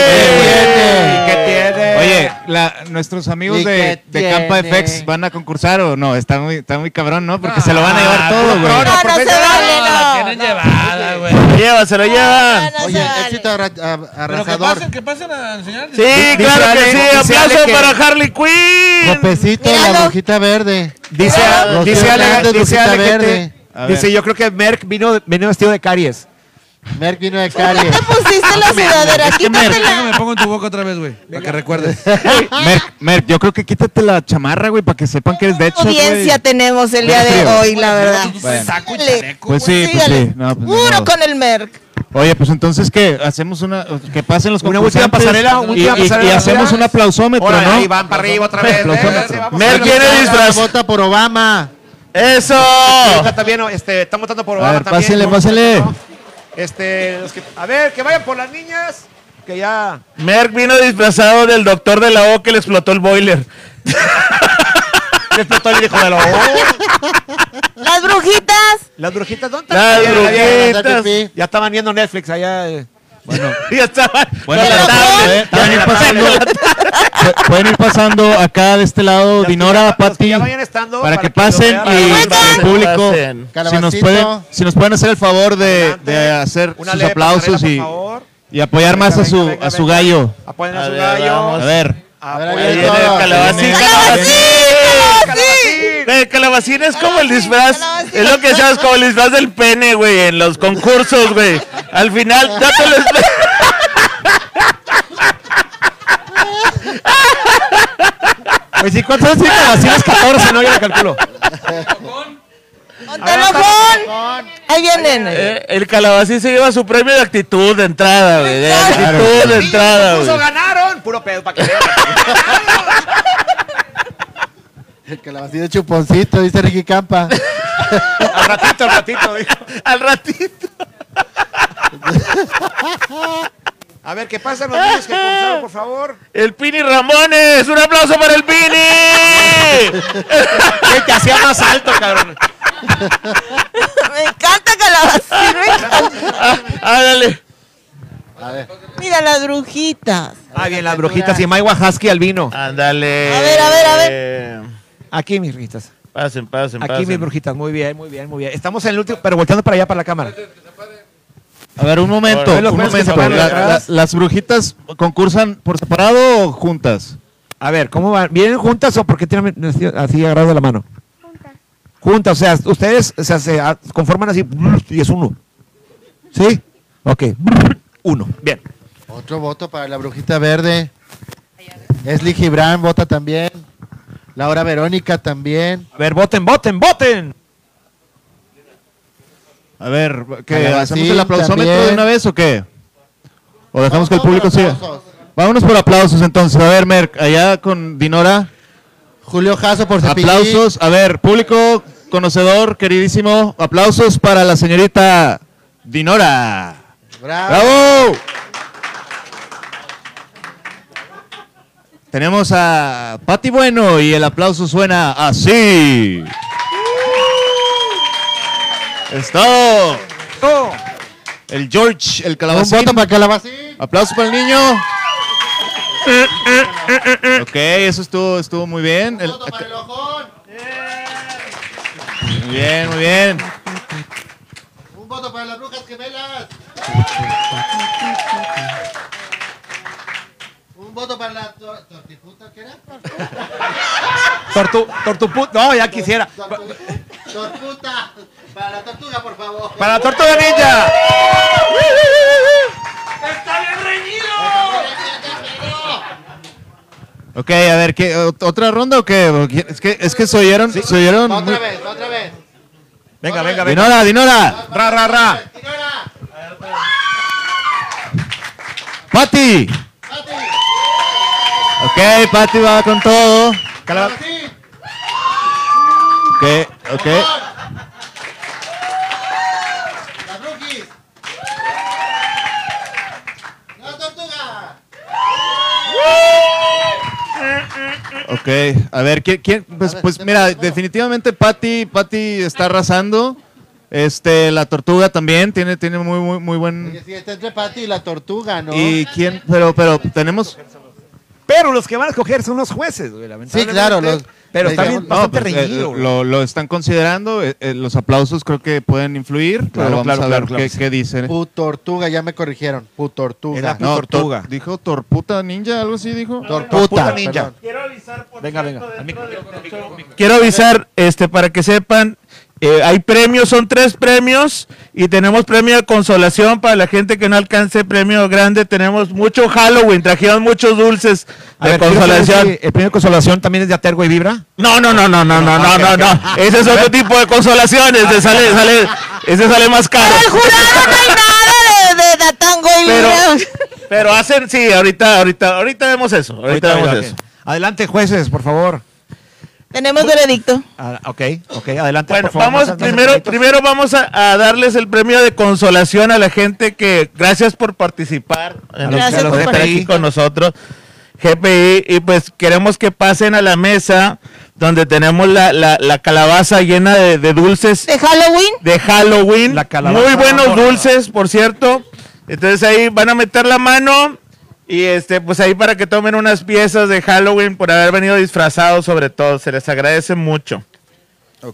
verde! ¿Qué tiene? Oye, la- nuestros amigos ¿Y de, qué de Campa tiene? FX van a concursar o no? Está muy, está muy cabrón, ¿no? Porque se lo Ah, van a llevar todo, güey. No, no se vale, no. Tienen llevada, güey. Lleva, se lo lleva. No, no Oye, se vale. éxito arra- a- Pero que arrasador. pasen, que pasen a enseñar. Sí, claro que sí. Aplauso para Harley Quinn. Copecito, la Míralo. Brujita Verde. Dice, Los dice que Ale, hablan de dice Brujita Ale que te- Verde. A ver. dice, yo creo que Merck vino, vino vestido de caries. Merck vino de ¿Por qué Cali. te pusiste Ah, la sudadera? Quítatela. Déjame, me pongo en tu boca otra vez, güey. Para que recuerdes. Merck, Merck, yo creo que quítate la chamarra, güey, para que sepan que eres de hecho, audiencia tenemos el día de Frío. hoy, la verdad. Bueno. Saco y Dale. chaleco. Pues sí, pues Sígale. sí. No, pues ni Puro modo. con el Merck. Oye, pues entonces, ¿qué? Hacemos una... Que pasen los Una última concursantes pasarela, una y, última y- y pasarela. hacemos un aplausómetro, Ahora, ¿no? ahí van para arriba otra vez. ¿eh? Aplausómetro. vénganse, vamos a Mer ver. viene disfrazado. Vota por Obama. ¡Eso! Ojalá también, este, están votando por Obama A ver, también. pásenle, pásenle. Este, los que- a ver, que vayan por las niñas, que ya... Merck vino disfrazado del doctor de la O que le explotó el boiler. Le explotó el hijo de la Las brujitas. Las brujitas, ¿dónde Las están? Ya, ya, ya, ya, brujitas. ya, Ya estaban viendo Netflix allá. eh. Bueno, Ya estaba. Bueno, no, la tablet. pueden- pueden ir pasando, pu- pueden ir pasando acá de este lado, Dinora, Pati, ya vayan estando para que para que pasen lo y vean. el Oigan. público, Pasen. si nos, Calabacito. pueden, si nos pueden hacer el favor de, Adelante. de hacer una sus leve aplausos pasarela, y, por favor. y apoyar más a su, a su gallo. Apoyen a A su ver, gallo. vamos. A ver, A ver, Ahí viene viene el todo. calabacín. ¡Calabacín! El calabacín es como el disfraz. Calabacín. Es lo que llamas como el disfraz del pene, güey, en los concursos, güey. Al final, ya te lo espe- Pues sí, ¿cuántos años tiene Calabacín? Es 14, no, yo le calculo. ¡Montelojón! Ahí vienen. Eh, El calabacín se lleva su premio de actitud de entrada, güey. De actitud de entrada, Incluso güey. ganaron. Puro pedo para que vean. El calabacín de chuponcito, dice Ricky Campa. Al ratito, al ratito. dijo. Al ratito. A ver, que pasen los niños que concursaron, por favor. El Pini Ramones. Un aplauso para el Pini. Que te hacía más alto, cabrón. Me encanta calabacín. me encanta. Ándale. A ver. Mira las brujitas. Ah, bien, las brujitas y May Wajaski al vino. Eh, Ándale. A ver, a ver, a ver. Aquí, mis ritas. Pasen, pasen, Aquí, pasen. mis brujitas. Muy bien, muy bien, muy bien. Estamos en el último, pero volteando para allá, para la cámara. A ver, un momento, Ahora, un ¿puedes momento. que se La- pare? la- ¿Las brujitas concursan por separado o juntas? A ver, ¿cómo van? ¿Vienen juntas o por qué tienen así- así agarrado de la mano? Juntas. Juntas, o sea, ustedes o sea, se ah, conforman así y es uno. ¿Sí? Ok. Uno. Bien. Otro voto para la brujita verde. Leslie Gibran vota también. Laura Verónica también. A ver, voten, voten, voten. A ver, ¿qué? Calabacín ¿Hacemos el aplausómetro también. de una vez o qué? ¿O dejamos que el Vamos público por siga? Vámonos por aplausos entonces. A ver, Merck, allá con Dinora. Julio Jasso por Cepillín. Aplausos. A ver, público conocedor, queridísimo. Aplausos para la señorita Dinora. Bravo. ¡Bravo! Tenemos a Pati Bueno y el aplauso suena así. ¡Está! El George, el calabacín. Un voto para calabacín. Aplauso para el niño. ok, eso estuvo, estuvo muy bien. El- muy bien, muy bien. Un voto para las brujas gemelas. Un voto para la tor- tortiputa, ¿qué era? Tortu, tortuput. No, ya quisiera. Tortu- Tortuta. Para la tortuga, por favor. Para la tortuga ninja. ¡Está bien reñido! Ok, a ver, ¿qué, ot- ¿otra ronda o qué? Es que, es que se oyeron. Se oyeron muy- vez, otra vez. Venga, venga, venga. Dinora, Dinora. Ra, ra, ra. Pati. Ok, Pati va con todo. Ok, ok. Las brujis. La tortuga. Ok, a ver, ¿quién? quién? Pues, pues mira, definitivamente Patty, Patty está arrasando. Este, la tortuga también tiene, tiene muy, muy, muy buen. Sí, está entre Pati y la tortuga, ¿no? ¿Y quién? Pero, pero tenemos. Pero los que van a escoger son los jueces, güey, lamentablemente. claro, los- pero está bien No, bastante pues, eh, reñido, güey. lo, lo están considerando. eh, eh, los aplausos creo que pueden influir. pero Claro, vamos claro, a ver claro, claro, qué, sí. qué dicen. Putortuga, ya me corrigieron. Putortuga. No, tor- dijo torputa ninja, algo así dijo. Torputa ninja. Quiero avisar Venga, venga. Quiero avisar, este, para que sepan, eh, hay premios, son tres premios y tenemos premio de consolación para la gente que no alcance premio grande. Tenemos mucho Halloween, trajeron muchos dulces A de ver, quiero saber consolación. si el premio de consolación también es de Atergo y Vibra. No, no, no, no, no, no, no, no, no. Ese es otro tipo de consolaciones. Ese sale, sale, ese sale más caro. Nada de, de Datango y Pero- Vibra. Pero hacen, sí, ahorita, ahorita, ahorita vemos eso. Ahorita, Ahorita, vemos ok. eso. Adelante, jueces, por favor. Tenemos veredicto. Ah, ok, ok, adelante. Bueno, por favor, vamos no seas- no seas primero, malito. primero vamos a, a darles el premio de consolación a la gente que gracias por participar, A eh, los- gracias a los por estar GPI. aquí con nosotros, GPI, y pues queremos que pasen a la mesa donde tenemos la, la- la calabaza llena de, de dulces De Halloween. de Halloween, calabaza muy buenos morada. dulces, por cierto. Entonces ahí van a meter la mano y este, pues ahí para que tomen unas piezas de Halloween por haber venido disfrazados, sobre todo, se les agradece mucho.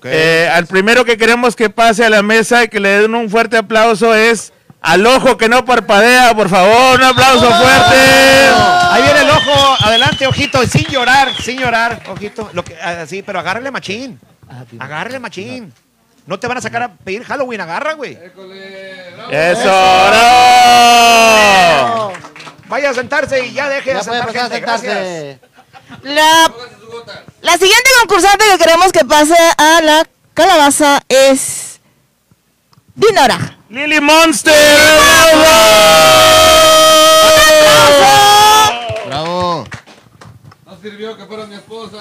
Eh, al primero que queremos que pase a la mesa y que le den un fuerte aplauso es al ojo que no parpadea, por favor, un aplauso fuerte. Ahí viene el ojo, adelante, ojito, sin llorar, sin llorar, ojito. Lo que, así, pero agárrale machín. Ah, Agárrale machín. No te van a sacar a pedir Halloween, agarra, güey. Eso, bravo. Vaya a sentarse y ya deje de Ya puede sentar pasar a gente, gracias. sentarse. La, la siguiente concursante que queremos que pase a la calabaza es Dinora. Lily Monster. Bravo. No sirvió que fuera mi esposa.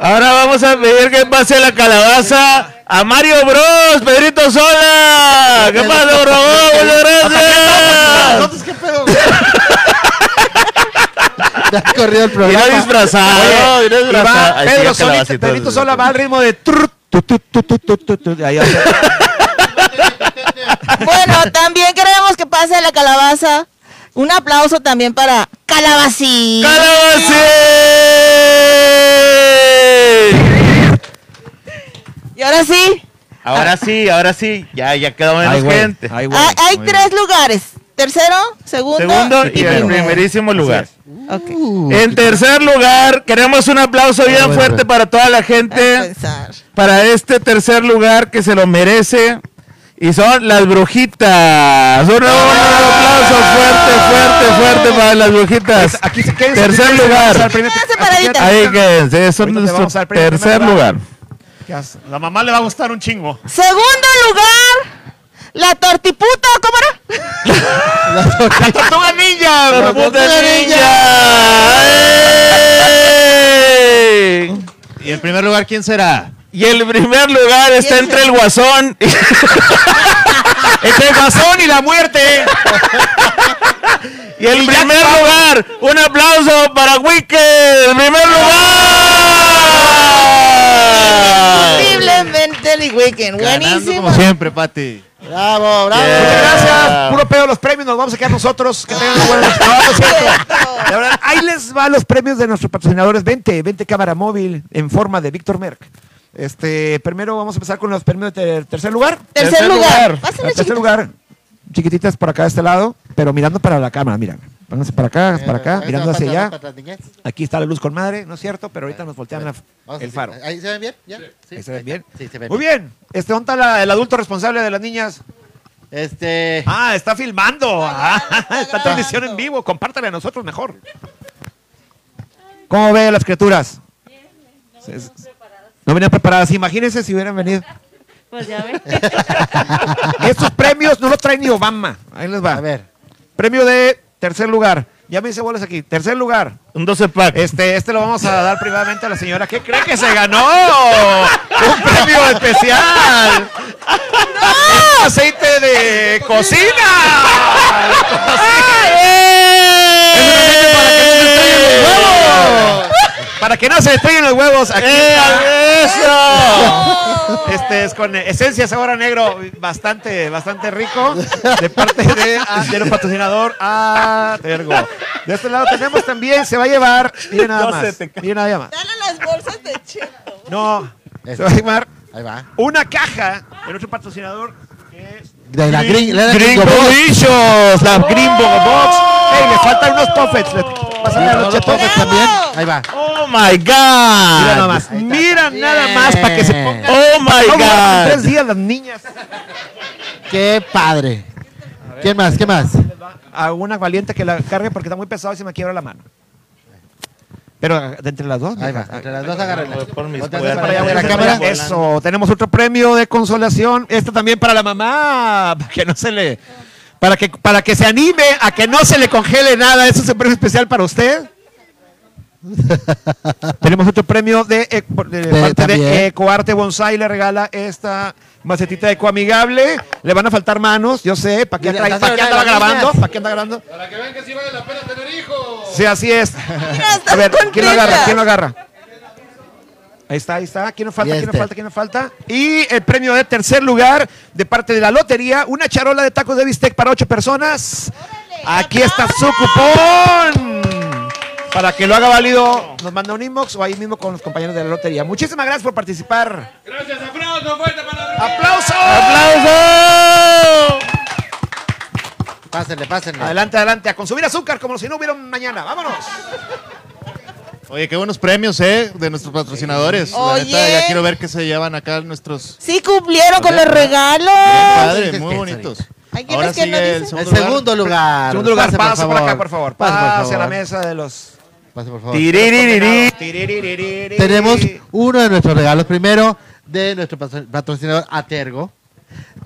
Ahora vamos a pedir que pase la calabaza a Mario Bros, Pedrito Sola. ¿Qué pasa, por favor? Muchas gracias. pues, Entonces, ¿qué pedo? Te has corrido el Mira programa. disfrazado, mira Y va disfrazado. Ahí sigue Pedro el Solita, calabacito. Pedrito Sola va al ritmo de trrr, tu, tu, tu, tu, tu, tu, tu, tu, ahí hace- Bueno, también queremos que pase la calabaza. Un aplauso también para Calabacín. Y ahora sí, Ahora sí, ahora sí. Ya, ya quedó menos Ay, güey. gente. hay, Ah, hay tres lugares. Tercero, segundo, Segundo y el primero. primerísimo lugar. Ok. Uh. En tercer lugar, queremos un aplauso bien fuerte para toda la gente. Para este tercer lugar que se lo merece. Y son las brujitas. Un, un aplauso fuerte, fuerte, fuerte para las brujitas. Aquí se quédense, Tercer aquí se vamos al lugar. primer- Quédense paraditas. Ahí quédense. Son Ahorita te nuestro vamos al primer tercer lugar. lugar. La mamá le va a gustar un chingo. Segundo lugar, la tortiputa, ¿cómo era? La tortuga ninja. La puta ¿Y el primer lugar quién será? Y el primer lugar está entre el guasón. entre el guasón y la muerte. y el primer lugar, un aplauso para Wicked. El primer lugar. Posiblemente el weekend. Buenísimo. Como siempre, Pati. Bravo, bravo. Muchas gracias. Puro pedo los premios. Nos vamos a quedar nosotros. Que tengan una buena noche. No, no es cierto. La verdad, ahí les va los premios de nuestros patrocinadores. 20, 20 cámara móvil en forma de Víctor Merck. Este, primero vamos a empezar con los premios de ter- tercer lugar. Tercer Tercer lugar. lugar. Pásenle, Tercer chiquitas. lugar. Chiquititas por acá de este lado, pero mirando para la cámara, mira. Pónganse para acá, Eh, para acá, mirando hacia allá. Aquí está la luz con madre, ¿no es cierto? Pero ahorita nos voltean la- el faro. ¿Ahí se ven bien? ¿Ya? Sí. Ahí se ven bien. Sí, se ven Muy bien. Este, ¿Dónde está la- el adulto responsable de las niñas? Este. Ah, está filmando. Ah, está transmisión en vivo. Compártale a nosotros mejor. ¿Cómo ve a las criaturas? Se- se- No venían preparadas. Imagínense si hubieran venido. Pues ya ves. Estos premios no los trae ni Obama. Ahí les va. A ver. Premio de tercer lugar. Ya me hice bolas aquí. Tercer lugar. Un 12 pack. Este, este lo vamos a dar privadamente a la señora. ¿Qué cree que se ganó? ¡Un premio especial! ¡Aceite de cocina! Para que no se destruyan los huevos, aquí está. Este es con esencia sabor a negro, bastante, bastante rico, de parte de, ah, de los patrocinador a Tergo. De este lado tenemos también, se va a llevar, miren nada No se más, te ca- miren nada más. Dale las bolsas de cheto. No, se va a llevar Ahí va. una caja de nuestro patrocinador De la Green, la Gringo Box. la Gringo Box. Ey, le faltan unos toffets. le- Pásame a los toffets también. Ahí va. Oh my God. Mira nada más. Mira nada más para que se Eh. pongan. Oh my Vamos God. a Tres días las niñas. Qué padre. ¿Quién más? ¿Quién más? A una valiente que la cargue porque está muy pesado y se me quiebra la mano. Pero de entre las dos. Ahí mija. va. Entre las dos agárrenlas. Por mis Voltea Para para allá, allá, para la allá, cámara. para allá. Eso, tenemos otro premio de consolación. Este también para la mamá, para que no se le. Para que, para que se anime a que no se le congele nada. Eso es un premio especial para usted. tenemos otro premio de, eh, por- de De- parte también. de Ecoarte Bonsai. Le regala esta macetita ecoamigable. Le van a faltar manos, yo sé. ¿Para qué, Mira, trae- estás para qué hablando andaba de las grabando? niñas. ¿Para qué anda grabando? Para que vean que sí vale la pena tener hijos. Sí, así es. estás A ver, ¿quién contenta. lo agarra? ¿Quién lo agarra? Ahí está, ahí está. ¿Quién nos falta? Y ¿Quién nos este. falta? ¿Quién nos falta? Y el premio de tercer lugar de parte de la lotería, una charola de tacos de bistec para ocho personas. Aquí está su cupón. Para que lo haga válido, nos manda un inbox o ahí mismo con los compañeros de la lotería. Muchísimas gracias por participar. Gracias, aplauso fuerte para ¡Aplauso! ¡Aplauso! Pásenle, pásenle. Adelante, adelante, a consumir azúcar como si no hubiera un mañana. Vámonos. Oye, qué buenos premios, ¿eh? De nuestros patrocinadores. La neta, Oye. ya quiero ver qué se llevan acá nuestros. Sí cumplieron con los regalos. Padre, Este, muy bonitos. Hay quienes Ahora que no sigue dicen. el segundo El segundo lugar. lugar. Segundo lugar, Pase, pasa por acá, por favor. Pase, por Pase a la favor. mesa de los. Pase, por favor. Tiriririri. Tiriririri. Tenemos uno de nuestros regalos. Primero, de nuestro patro- patrocinador Atergo.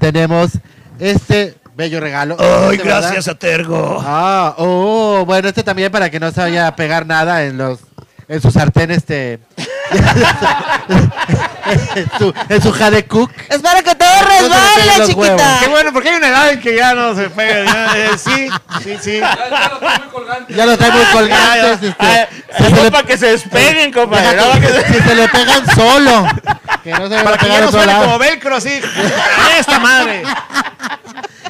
Tenemos este bello regalo. Ay, Este, ¿verdad? gracias a Tergo. Ah, oh, bueno, este también para que no se vaya a pegar nada en los en su sartén este en su, en su jade cook. Es para que todo resbale, los chiquita. huevos. Qué bueno, porque hay una edad en que ya no se pega. ya, eh, sí, sí, sí. Ya lo trae muy colgantes, este. Es para que se despeguen, compadre. no Deja para que que- se- que se le pegan solo. Que no se vayan a Ah, Para que pegar ya a no otro suene lado. como velcro, así. ¡Esta madre!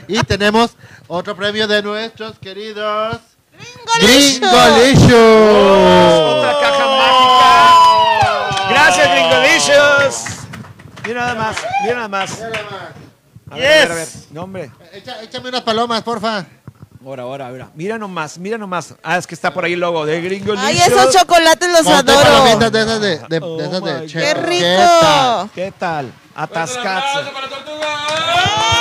Y tenemos otro premio de nuestros queridos Gringolisho. Gringolisho. Oh, Otra caja mágica. Gracias, gringolicious. Mira nada más, mira nada más. A ver, a ver, a ver. No, hombre. Echa- échame unas palomas, porfa. Ahora, ahora, ahora. Mira nomás, mira nomás. Ah, es que está por ahí el logo de gringolicious. Ay, esos chocolates los Ponte adoro. palomitas de esas de, de- de esas de che- ¡Qué rico! tal? Oh ¿Qué tal? Atascats.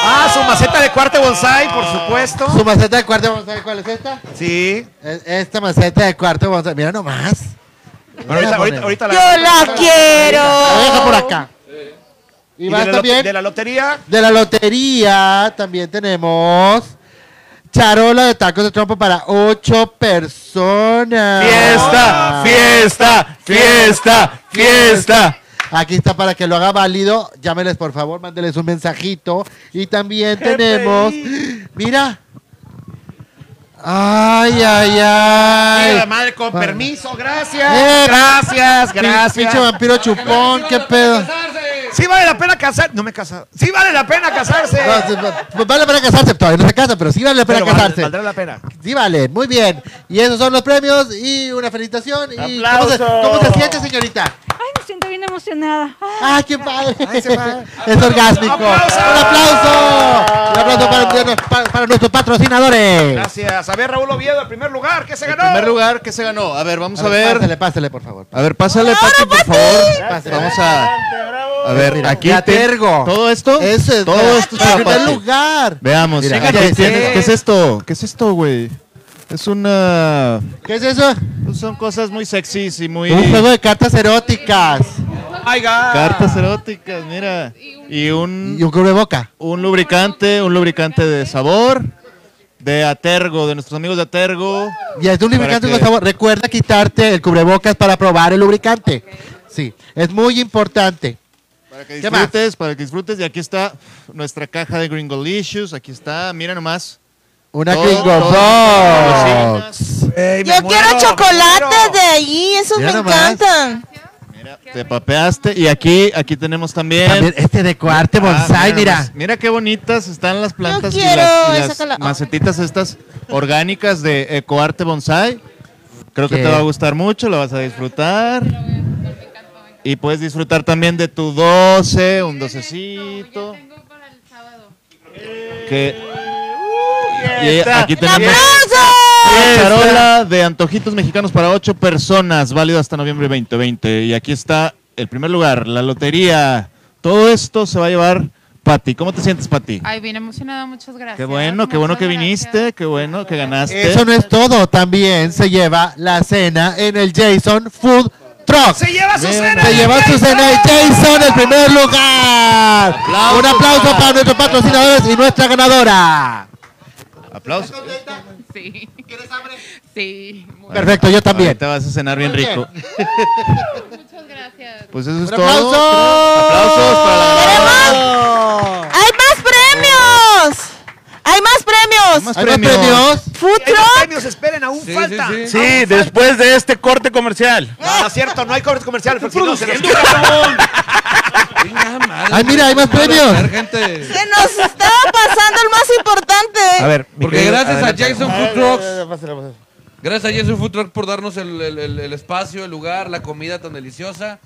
Ah, su maceta de cuarte bonsai, por supuesto. Su maceta de cuarto bonsai, ¿cuál es esta? Sí. Esta maceta de cuarto bonsai, mira nomás. Ahorita, ahorita, ahorita Yo la quiero. La deja por acá. Y Y va de, la lot- también de la lotería. de la lotería también tenemos charola de tacos de trompo para ocho personas. Fiesta, fiesta, fiesta, fiesta. Aquí está para que lo haga válido. Llámeles por favor, mándeles un mensajito. Y también tenemos. Mira. Ay, ay, ay. Mira la madre, con permiso, gracias. Eh, gracias, pin- gracias. Pinche vampiro chupón, qué pedo. Sí vale la pena casar. No me he casado. Sí vale la pena casarse. No, sí, va- pues vale la pena casarse, todavía no se casa, pero sí vale la pena Pero vale- casarse. valdrá la pena. Sí, vale, muy bien. Y esos son los premios y una felicitación. Y ¿cómo, se, ¡Aplauso! ¿Cómo se siente, señorita? Ay, me siento bien emocionada. Ay, ¡Ay, qué padre! qué padre. es orgásmico. ¡Un aplauso! Un aplauso para, para- para nuestros patrocinadores. Gracias. A ver, Raúl Oviedo, el primer lugar. ¿Qué se ganó? primer lugar, ¿qué se ganó? A ver, vamos a, ver. Pásale, pásale, por favor. A ver, pásale, Pati, por favor. Vamos a. A ver, Mira, aquí ya te- tergo. Todo esto. Ese es todo esto es para primer Pati. lugar. Veamos. Mira, fíjate, ya tienes- sé. ¿Qué es esto? ¿Qué es esto, güey? Es una. ¿Qué es eso? Son cosas muy sexys y muy. Un juego de cartas eróticas. Ay, ga- Cartas eróticas, mira. Y un. Y un cubreboca. Un lubricante, un lubricante de sabor. De Atergo, de nuestros amigos de Atergo. Y es un Para lubricante que- con sabor. Recuerda quitarte el cubrebocas para probar el lubricante. Sí, es muy importante. Para que ¿Qué más? disfrutes, para que disfrutes. Y aquí está nuestra caja de Gringolicious. Aquí está, mira nomás. Una Todo- Gringo todo- Box. golosinas Yo quiero chocolates de ahí, esos Mira me nomás. encantan. Te papeaste. Y aquí, aquí tenemos también. Ah, También este de cuarte bonsai, mira mira. nomás. Mira qué bonitas están las plantas y quiero las, y esa las cala- macetitas estas orgánicas de Ecoarte Bonsai. Creo que ¿Qué? te va a gustar mucho, lo vas a disfrutar. Y puedes disfrutar también de tu 12, un docecito. Que y aquí tenemos una charola de antojitos mexicanos para ocho personas, válido hasta noviembre 2020. Y aquí está el primer lugar, la lotería. Todo esto se va a llevar Pati. ¿Cómo te sientes, Pati? Ay, bien emocionada, muchas gracias. Qué bueno, qué bueno que viniste, qué bueno que ganaste. Eso no es todo. También se lleva la cena en el Jason Food Truck. Se lleva su cena. Se lleva su cena el Jason en primer lugar. Un aplauso para nuestros patrocinadores y nuestra ganadora. Aplausos. Sí. ¿Quieres hambre? Sí. muy- Perfecto, yo también. Te vas a cenar bien rico. Muchas gracias. Pues eso es ¡Un todo. aplauso! Aplausos para la ganadora. ¡Hay más premios! ¡Hay más premios! más ¿Hay más premios? premios? ¡Food Hay más truck! premios, esperen, aún falta. Sí, después de este corte Ah. comercial. No, no es cierto, no hay cortes comerciales. porque si no se nos Ay, mira, hay más premios. Se nos estaba pasando el más importante. A ver, mi Porque querido, gracias a adelante. Ah, Jason Food Trucks. Gracias a Jason Food Trucks por darnos el, el- el- el espacio, el lugar, la comida tan deliciosa.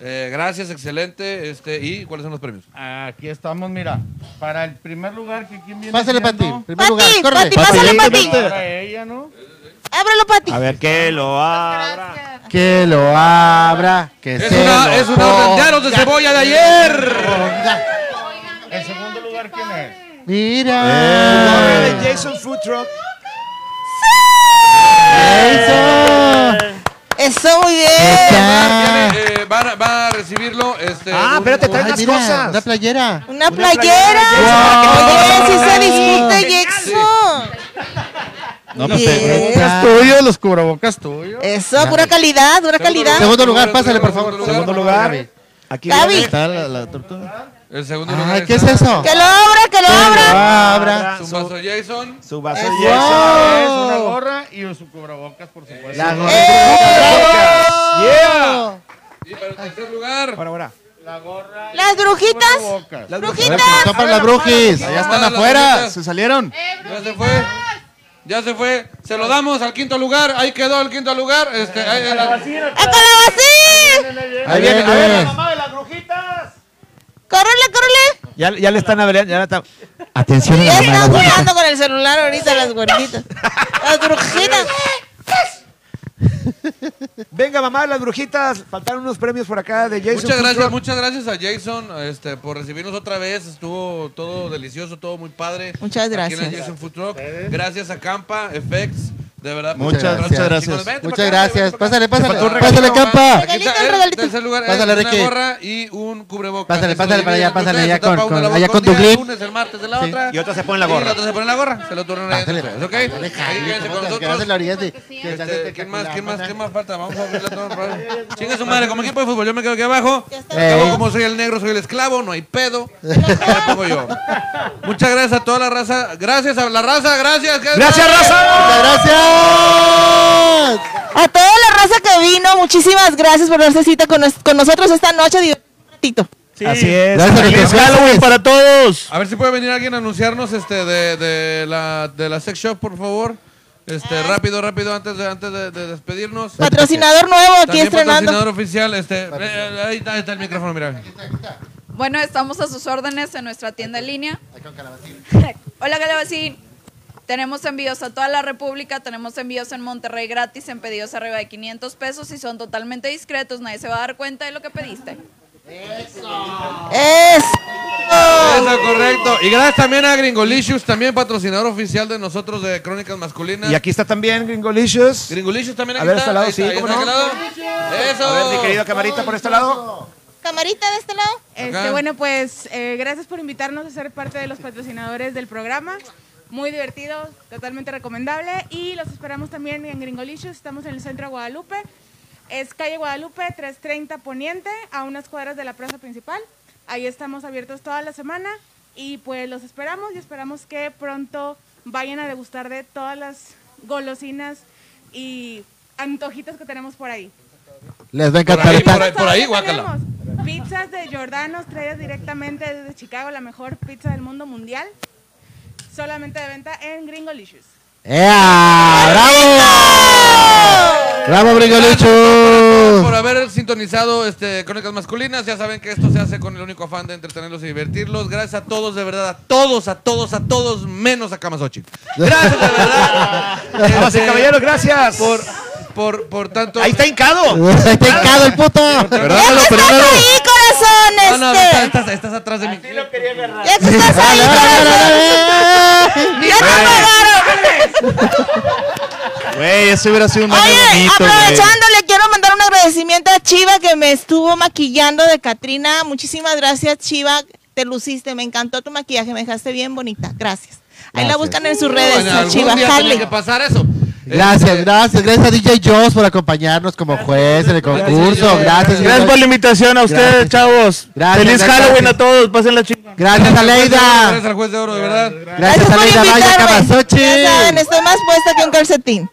Eh, gracias, excelente. Este, ¿Y cuáles son los premios? Aquí estamos, mira. Para el primer lugar que quién viene. Pásale, Pati. siendo? eh. Primer Pati, lugar, córrele. Pati, pásale, Pati. Para ella, ¿no? Ábrelo, Pati. A ver, que lo abra. Que lo abra. Que Es se una, lo es una orden de aros de ponga. cebolla de ayer. El segundo lugar, ¿quién es? Mira. de Jason Food Truck. Eso. Eso muy Está. bien. Eh, van a- va a recibirlo. Este, Ah, un- espérate, un- trae Ay, las mira, cosas. Una playera. Una playera, playera. Jason, Oye, si se Genial. discute, Jackson. No, pues te- Bien. Está. tuyos, los cubrebocas tuyos. Eso, pura calidad, dura calidad. Segundo lugar, pásale, por favor. Segundo lugar. Aquí Gaby. viene. Está la, la tortuga. El segundo lugar. Ay, ¿qué es está- eso? Que lo abra, que lo abra. Abra. Su vaso Jason. Su vaso Eso. de Jason. Es una gorra y su cubrebocas, por supuesto. La gorra. ¡Eh! Yeah. Y para el tercer lugar, Ahora, ahora. Las brujitas. Las brujitas. Son para las brujis. Allá están Las afuera. brujitas. Se salieron. Ya se fue. Ya se fue. Se lo damos al quinto lugar. Ahí quedó el quinto lugar. Este, ahí, ahí, Ahí viene, viene. a ver. mamá de las brujitas! ¡Córrele, córrele! Ya, ya le están abriendo. Ya le están- Atención a la Ya mamá de están la bruja. jugando con el celular ahorita las güeritas. Las brujitas. Venga, mamá, las brujitas. Faltaron unos premios por acá de Jason. Muchas gracias, Futrón. muchas gracias a Jason este, por recibirnos otra vez. Estuvo todo delicioso, todo muy padre. Muchas Aquí en el gracias. Jason Food Truck. Gracias a Campa, FX. De verdad, Muchas gracias. chicos. Vente Muchas pa' gracias. acá, vente pa' Pásale, pásale. acá. Te faltó un Pásale, regalito, Campa. mamá. Aquí Regalito, está, eh, el regalito. tercer lugar es Pásale, una Ricky. gorra y un cubrebocas. Pásale, Eso pásale para dividen allá, pásale ustedes, allá se tapa con- una con- la allá boca con un tu día, clip. El lunes, el martes de la Sí. otra. Y otra se pone la Y gorra. la otra se pone la gorra. Se lo turnan ahí Pásale, entre ustedes, ¿ok? pásale, Ahí Jaime, quédense ¿cómo te con nosotros. quedas en la orilla de- que estás Este, ¿Quién más? espectacular, ¿Quién más? pásale. ¿Quién más falta? Vamos a abrir la toma. por favor. Chinga su madre, como equipo de fútbol, yo me quedo aquí abajo. Acabo como soy el negro, soy el esclavo, no hay pedo. Me pongo yo. Muchas gracias a toda la raza. Gracias a la raza, gracias. Gracias, raza. Muchas gracias. A toda la raza que vino, muchísimas gracias por darse cita con, nos- con nosotros esta noche. Digo, un ratito. Así es. Feliz Halloween para todos. A ver si puede venir alguien a anunciarnos este de, de la, de la sex shop, por favor. Este, rápido, rápido, antes de, antes de, de despedirnos. Patrocinador nuevo aquí También estrenando. Patrocinador oficial, este. eh, eh, ahí, está, ahí está el micrófono, mira. Bueno, estamos a sus órdenes en nuestra tienda en línea. Hola, Calabacín. Tenemos envíos a toda la República, tenemos envíos en Monterrey gratis, en pedidos arriba de 500 pesos y son totalmente discretos, nadie se va a dar cuenta de lo que pediste. Es. Eso, correcto. Y gracias también a Gringolicious, también patrocinador oficial de nosotros de Crónicas Masculinas. Y aquí está también Gringolicious. Gringolicious también A aquí ver, está. este lado, Ahí sí, está, ahí ¿cómo está, no? aquel lado. Eso. A ver, mi querido camarita, por este lado. Camarita de este lado. Este, Acá. bueno, pues eh, gracias por invitarnos a ser parte de los patrocinadores del programa. Muy divertido, totalmente recomendable. Y los esperamos también en Gringolicious. Estamos en el centro de Guadalupe. Es calle Guadalupe 330 Poniente, a unas cuadras de la plaza principal. Ahí estamos abiertos toda la semana. Y pues los esperamos y esperamos que pronto vayan a degustar de todas las golosinas y antojitos que tenemos por ahí. Les va a Por encantar. ahí, el pan. por ahí, por ahí, También guácala. tenemos Pizzas de Giordano traídas directamente desde Chicago, la mejor pizza del mundo mundial. Solamente de venta en Gringolicious. ¡Ea! ¡Bravo! ¡Bravo, Bringolicho! Por haber sintonizado este Crónicas Masculinas, ya saben que esto se hace con el único afán de entretenerlos y divertirlos. Gracias a todos, de verdad, a todos, a todos, a todos, menos a Camasochi. Gracias, de verdad. Este, Damas y caballeros, gracias. Por, por, por tanto. Ahí está hincado. Ahí está hincado el puto. Agárralo primero. ahí, corazón! No, no, este. estás, estás- estás atrás de mí. Ya que estás ahí, corazón. Ya te Güey, eso hubiera sido un meme Oye, bonito, güey. aprovechando, le quiero mandar un agradecimiento a Chiva que me estuvo maquillando de Katrina. Muchísimas gracias, Chiva. Te luciste, me encantó tu maquillaje, me dejaste bien bonita. Gracias. Ahí la Gracias. buscan en sus Bueno, redes, algún Chiva día tenía Harley. que pasar eso. Gracias, gracias, gracias a DJ Jones por acompañarnos como juez en el concurso. Gracias, Gracias por la invitación a ustedes, Gracias. chavos. Gracias, Feliz gracias. Halloween a todos. Pásenla chingón. Gracias, Aleida. Gracias al juez de oro, de verdad. Gracias, Aleida Vaya Camasochi. Ya saben, estoy más puesta que un calcetín.